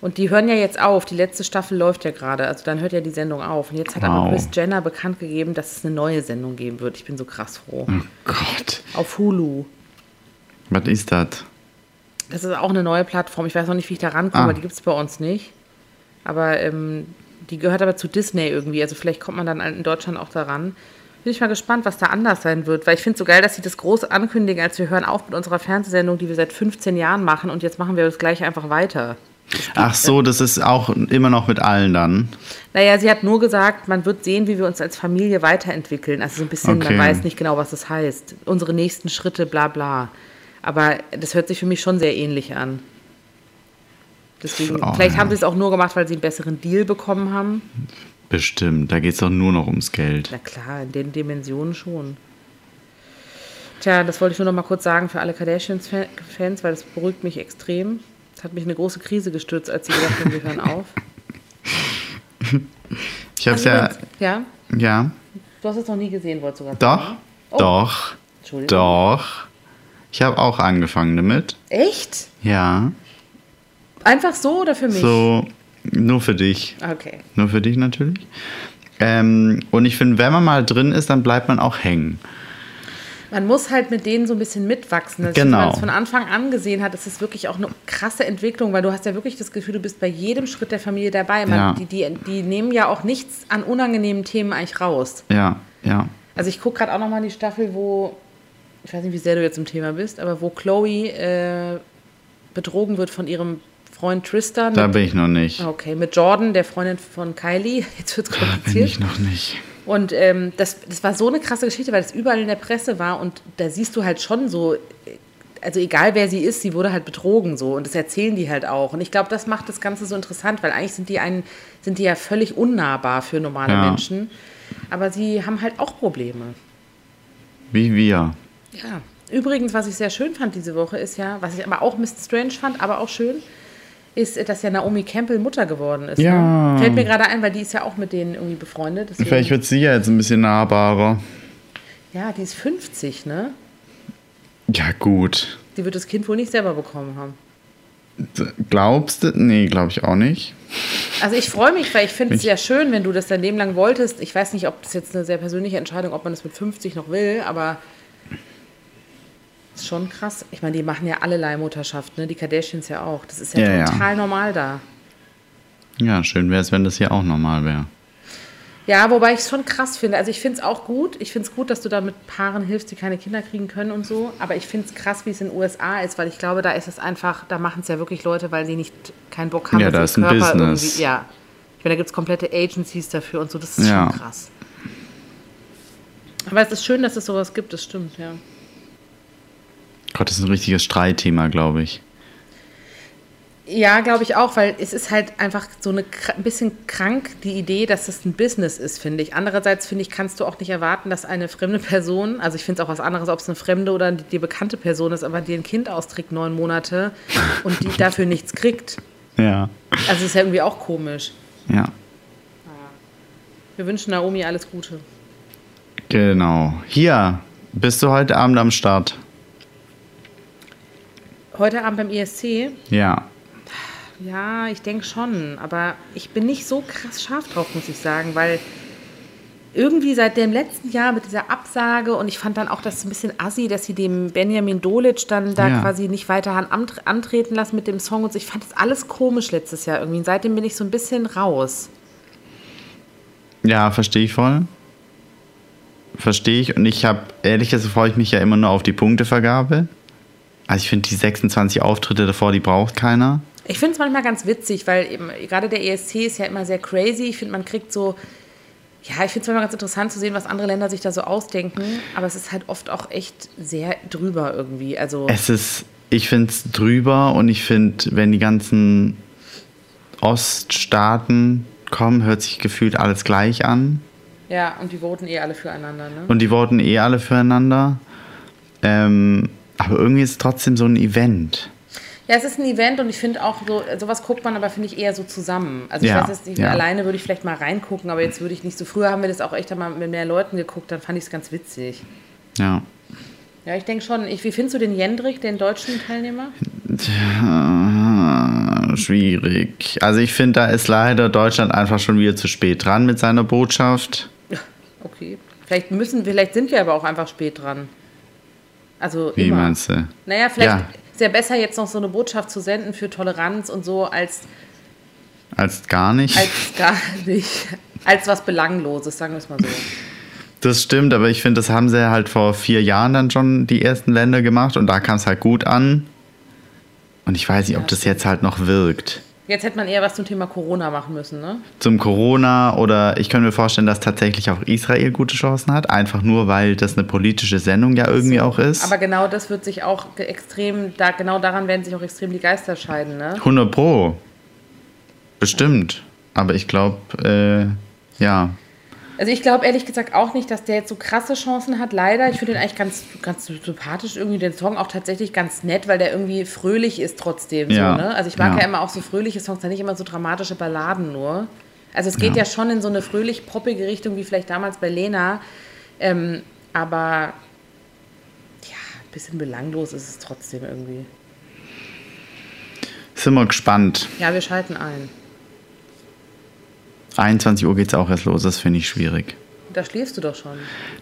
Speaker 1: Und die hören ja jetzt auf. Die letzte Staffel läuft ja gerade. Also dann hört ja die Sendung auf. Und jetzt hat aber
Speaker 2: Wow.
Speaker 1: Chris Jenner bekannt gegeben, dass es eine neue Sendung geben wird. Ich bin so krass froh.
Speaker 2: Oh Gott.
Speaker 1: Auf Hulu.
Speaker 2: Was ist das?
Speaker 1: Das ist auch eine neue Plattform. Ich weiß noch nicht, wie ich da rankomme,
Speaker 2: Ah.
Speaker 1: weil die gibt es bei uns nicht. Aber ähm, die gehört aber zu Disney irgendwie. Also vielleicht kommt man dann in Deutschland auch daran. Bin ich mal gespannt, was da anders sein wird, weil ich finde es so geil, dass sie das groß ankündigen, als wir hören auf mit unserer Fernsehsendung, die wir seit 15 Jahren machen und jetzt machen wir das gleich einfach weiter.
Speaker 2: Ach so, das ist auch immer noch mit allen dann.
Speaker 1: Naja, sie hat nur gesagt, man wird sehen, wie wir uns als Familie weiterentwickeln. Also so ein bisschen,
Speaker 2: Okay.
Speaker 1: man weiß nicht genau, was das heißt. Unsere nächsten Schritte, bla bla. Aber das hört sich für mich schon sehr ähnlich an. Deswegen,
Speaker 2: Auch,
Speaker 1: vielleicht
Speaker 2: ja.
Speaker 1: haben sie es auch nur gemacht, weil sie einen besseren Deal bekommen haben.
Speaker 2: Bestimmt, da geht es doch nur noch ums Geld.
Speaker 1: Na klar, in den Dimensionen schon. Tja, das wollte ich nur noch mal kurz sagen für alle Kardashians-Fans, weil das beruhigt mich extrem. Es hat mich in eine große Krise gestürzt, als sie gesagt haben, wir hören auf.
Speaker 2: Ich
Speaker 1: Also
Speaker 2: hab's ja.
Speaker 1: ja,
Speaker 2: Ja.
Speaker 1: du hast es noch nie gesehen, wolltest du gerade
Speaker 2: Doch.
Speaker 1: Oh.
Speaker 2: Doch.
Speaker 1: Entschuldigung.
Speaker 2: Doch. Ich habe auch angefangen damit.
Speaker 1: Echt?
Speaker 2: Ja.
Speaker 1: Einfach so oder für mich?
Speaker 2: So, nur für dich.
Speaker 1: Okay.
Speaker 2: Nur für dich natürlich. Ähm, und ich finde, wenn man mal drin ist, dann bleibt man auch hängen.
Speaker 1: Man muss halt mit denen so ein bisschen mitwachsen. Das Wenn
Speaker 2: Genau.
Speaker 1: man das von Anfang an gesehen hat, ist es wirklich auch eine krasse Entwicklung, weil du hast ja wirklich das Gefühl, du bist bei jedem Schritt der Familie dabei. Man,
Speaker 2: Ja.
Speaker 1: die, die, die nehmen ja auch nichts an unangenehmen Themen eigentlich raus.
Speaker 2: Ja, ja.
Speaker 1: Also ich gucke gerade auch nochmal die Staffel, wo, ich weiß nicht, wie sehr du jetzt im Thema bist, aber wo Chloe äh, betrogen wird von ihrem Freund Tristan.
Speaker 2: Da bin ich noch nicht.
Speaker 1: okay, mit Jordan, der Freundin von Kylie. Jetzt wird's
Speaker 2: Da bin
Speaker 1: kompliziert.
Speaker 2: ich noch nicht.
Speaker 1: Und ähm, das, das war so eine krasse Geschichte, weil das überall in der Presse war und da siehst du halt schon so, äh, also egal wer sie ist, sie wurde halt betrogen so und das erzählen die halt auch. Und ich glaube, das macht das Ganze so interessant, weil eigentlich sind die einen, sind die ja völlig unnahbar für normale
Speaker 2: Ja.
Speaker 1: Menschen. Aber sie haben halt auch Probleme.
Speaker 2: Wie wir.
Speaker 1: Ja. Übrigens, was ich sehr schön fand diese Woche ist ja, was ich aber auch Mr. Strange fand, aber auch schön, ist, äh, dass ja Naomi Campbell Mutter geworden ist.
Speaker 2: Ja.
Speaker 1: Ne? Fällt mir gerade ein, weil die ist ja auch mit denen irgendwie befreundet. deswegen-
Speaker 2: Vielleicht wird sie ja jetzt ein bisschen nahbarer.
Speaker 1: ja, die ist 50, ne?
Speaker 2: Ja, gut.
Speaker 1: Die wird das Kind wohl nicht selber bekommen haben.
Speaker 2: Glaubst du? Nee, glaube ich auch nicht.
Speaker 1: Also ich freue mich, weil ich finde es
Speaker 2: Ich-
Speaker 1: sehr schön, wenn du das dein Leben lang wolltest. Ich weiß nicht, ob das jetzt eine sehr persönliche Entscheidung, ob man das mit 50 noch will, aber ist schon krass. Ich meine, die machen ja alle Leihmutterschaft, ne? Die Kardashians ja auch. Das ist ja,
Speaker 2: Ja, ja.
Speaker 1: total normal da.
Speaker 2: Ja, schön wäre es, wenn das hier auch normal wäre.
Speaker 1: Ja, wobei ich es schon krass finde. Also ich finde es auch gut. Ich finde es gut, dass du da mit Paaren hilfst, die keine Kinder kriegen können und so. Aber ich finde es krass, wie es in den USA ist, weil ich glaube, da ist es einfach, da machen es ja wirklich Leute, weil sie nicht keinen Bock haben,
Speaker 2: Ja,
Speaker 1: dass
Speaker 2: da
Speaker 1: ihr
Speaker 2: ist ein Business.
Speaker 1: irgendwie. Ja. Ich meine, da gibt es komplette Agencies dafür und so. Das ist
Speaker 2: Ja.
Speaker 1: schon krass. Aber es ist schön, dass es sowas gibt, das stimmt, ja.
Speaker 2: Gott, das ist ein richtiges Streitthema, glaube ich.
Speaker 1: Ja, glaube ich auch, weil es ist halt einfach so eine, ein bisschen krank, die Idee, dass das ein Business ist, finde ich. Andererseits, finde ich, kannst du auch nicht erwarten, dass eine fremde Person, also ich finde es auch was anderes, ob es eine fremde oder die, die bekannte Person ist, aber die ein Kind austrägt, neun Monate, und die dafür nichts kriegt.
Speaker 2: Ja.
Speaker 1: Also ist ja irgendwie auch komisch.
Speaker 2: Ja.
Speaker 1: Wir wünschen Naomi alles Gute.
Speaker 2: Genau. Hier, bist du heute Abend am Start?
Speaker 1: Heute Abend beim E ESC,
Speaker 2: Ja.
Speaker 1: ja, ich denke schon, aber ich bin nicht so krass scharf drauf, muss ich sagen, weil irgendwie seit dem letzten Jahr mit dieser Absage und ich fand dann auch das ein bisschen assi, dass sie dem Benjamin Dolic dann da
Speaker 2: Ja.
Speaker 1: quasi nicht weiter han- ant- antreten lassen mit dem Song und so. Ich fand das alles komisch letztes Jahr irgendwie und seitdem bin ich so ein bisschen raus.
Speaker 2: Ja, verstehe ich voll. Verstehe ich. Und ich habe, ehrlich gesagt, freue ich mich ja immer nur auf die Punktevergabe. Also ich finde, die 26 Auftritte davor, die braucht keiner.
Speaker 1: Ich finde es manchmal ganz witzig, weil eben, gerade der ESC ist ja immer sehr crazy. Ich finde, man kriegt so, ja, ich finde es manchmal ganz interessant zu sehen, was andere Länder sich da so ausdenken.
Speaker 2: Mhm.
Speaker 1: Aber es ist halt oft auch echt sehr drüber irgendwie. Also,
Speaker 2: Es ist, ich finde es drüber und ich finde, wenn die ganzen Oststaaten kommen, hört sich gefühlt alles gleich an.
Speaker 1: ja, und die voten eh alle füreinander, ne?
Speaker 2: Und die wurden eh alle füreinander. Ähm, aber irgendwie ist es trotzdem so ein Event.
Speaker 1: Ja, es ist ein Event und ich finde auch so, sowas guckt man aber, finde ich, eher so zusammen. Also, ich
Speaker 2: Ja,
Speaker 1: weiß jetzt nicht,
Speaker 2: ja.
Speaker 1: alleine würde ich vielleicht mal reingucken, aber jetzt würde ich nicht so. Früher haben wir das auch echt mal mit mehr Leuten geguckt, dann fand ich es ganz witzig.
Speaker 2: Ja.
Speaker 1: Ja, ich denke schon. Ich, wie findest du den Jendrik, den deutschen Teilnehmer?
Speaker 2: Tja, Ah, schwierig. Also ich finde, da ist leider Deutschland einfach schon wieder zu spät dran mit seiner Botschaft.
Speaker 1: Okay. Vielleicht müssen, vielleicht sind wir aber auch einfach spät dran. Also
Speaker 2: Wie
Speaker 1: immer.
Speaker 2: meinst du?
Speaker 1: Naja, vielleicht
Speaker 2: Ja.
Speaker 1: ist ja besser, jetzt noch so eine Botschaft zu senden für Toleranz und so, als,
Speaker 2: Als gar nicht.
Speaker 1: als gar nicht, als was Belangloses, sagen wir es mal so.
Speaker 2: Das stimmt, aber ich finde, das haben sie halt vor vier Jahren dann schon die ersten Länder gemacht und da kam es halt gut an. Und ich weiß nicht, ob das jetzt halt noch wirkt.
Speaker 1: Jetzt hätte man eher was zum Thema Corona machen müssen, ne?
Speaker 2: Zum Corona oder ich könnte mir vorstellen, dass tatsächlich auch Israel gute Chancen hat, einfach nur weil das eine politische Sendung ja irgendwie auch ist.
Speaker 1: Aber genau das wird sich auch ge- extrem, da, genau daran werden sich auch extrem die Geister scheiden, ne?
Speaker 2: 100 Pro. Bestimmt. Aber ich glaube, äh, ja.
Speaker 1: Also ich glaube ehrlich gesagt auch nicht, dass der jetzt so krasse Chancen hat, leider. Ich finde den eigentlich ganz, ganz sympathisch, irgendwie den Song auch tatsächlich ganz nett, weil der irgendwie fröhlich ist trotzdem.
Speaker 2: Ja.
Speaker 1: So, ne? Also ich mag ja.
Speaker 2: Ja.
Speaker 1: immer auch so fröhliche Songs, dann nicht immer so dramatische Balladen nur. Also es geht ja, schon in so eine fröhlich-poppige Richtung, wie vielleicht damals bei Lena. Ähm, aber ja, ein bisschen belanglos ist es trotzdem irgendwie.
Speaker 2: Sind wir gespannt.
Speaker 1: Ja, wir schalten ein.
Speaker 2: 21 Uhr geht's auch erst los, das finde ich schwierig.
Speaker 1: Da schläfst du doch schon.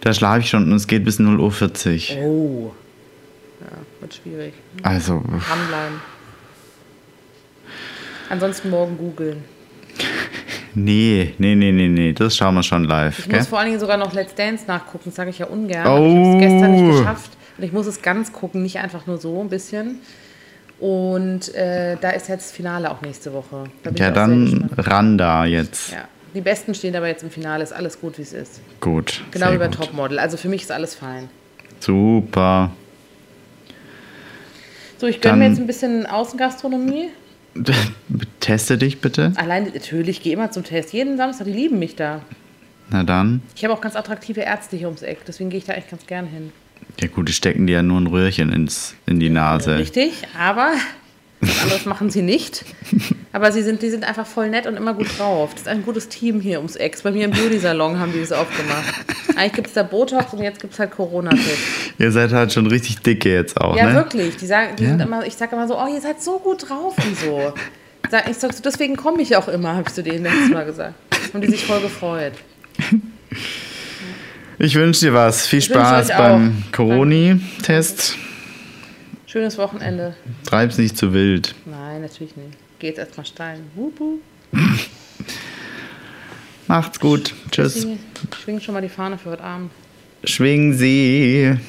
Speaker 2: Da schlafe ich schon und es geht bis 0.40 Uhr.
Speaker 1: Oh. Ja, wird schwierig.
Speaker 2: Also,
Speaker 1: dranbleiben. Ansonsten morgen googeln.
Speaker 2: nee, nee, nee, nee, nee. Das schauen wir schon live,
Speaker 1: Ich
Speaker 2: gell?
Speaker 1: muss vor allen Dingen sogar noch Let's Dance nachgucken, das sage ich ja ungern. aber Ich habe es
Speaker 2: Oh.
Speaker 1: gestern nicht geschafft und ich muss es ganz gucken, nicht einfach nur so ein bisschen. Und äh, da ist jetzt das Finale auch nächste Woche. Da bin
Speaker 2: Ja,
Speaker 1: ich auch sehr
Speaker 2: dann
Speaker 1: gespannt.
Speaker 2: ran da jetzt.
Speaker 1: Ja. Die Besten stehen aber jetzt im Finale, ist alles gut, wie es ist.
Speaker 2: Gut.
Speaker 1: Genau
Speaker 2: sehr
Speaker 1: wie bei
Speaker 2: gut.
Speaker 1: Topmodel. Also für mich ist alles fein.
Speaker 2: Super.
Speaker 1: So, ich gönne mir
Speaker 2: Dann-
Speaker 1: jetzt ein bisschen Außengastronomie.
Speaker 2: Teste dich bitte.
Speaker 1: Allein natürlich, ich gehe immer zum Test. Jeden Samstag, die lieben mich da.
Speaker 2: Na dann.
Speaker 1: Ich habe auch ganz attraktive Ärzte hier ums Eck, deswegen gehe ich da echt ganz gern hin.
Speaker 2: Ja gut, die stecken dir ja nur ein Röhrchen ins, in die Nase.
Speaker 1: Richtig, aber was anderes machen sie nicht. Aber sie sind, die sind einfach voll nett und immer gut drauf. Das ist ein gutes Team hier ums Ex. Bei mir im Beauty-Salon haben die das aufgemacht. Eigentlich gibt es da Botox und jetzt gibt es halt Corona-Tipps.
Speaker 2: Ihr seid halt schon richtig dicke jetzt auch,
Speaker 1: Ja,
Speaker 2: ne?
Speaker 1: wirklich. Die sagen, die
Speaker 2: Ja.
Speaker 1: sind immer, ich sage immer so, oh, ihr seid so gut drauf und so. Sag- Ich sag so, deswegen komme ich auch immer, habe ich zu denen letztes Mal gesagt. Haben die sich voll gefreut.
Speaker 2: Ich wünsche dir was. Viel
Speaker 1: wünsche
Speaker 2: Spaß
Speaker 1: euch
Speaker 2: beim Coroni-Test.
Speaker 1: Schönes Wochenende.
Speaker 2: Treib's nicht zu wild.
Speaker 1: Nein, natürlich nicht. Geht erstmal steil. Wup, wup.
Speaker 2: Macht's gut. Tschüss.
Speaker 1: Ich schwing schon mal die Fahne für heute Abend.
Speaker 2: Schwingen Sie.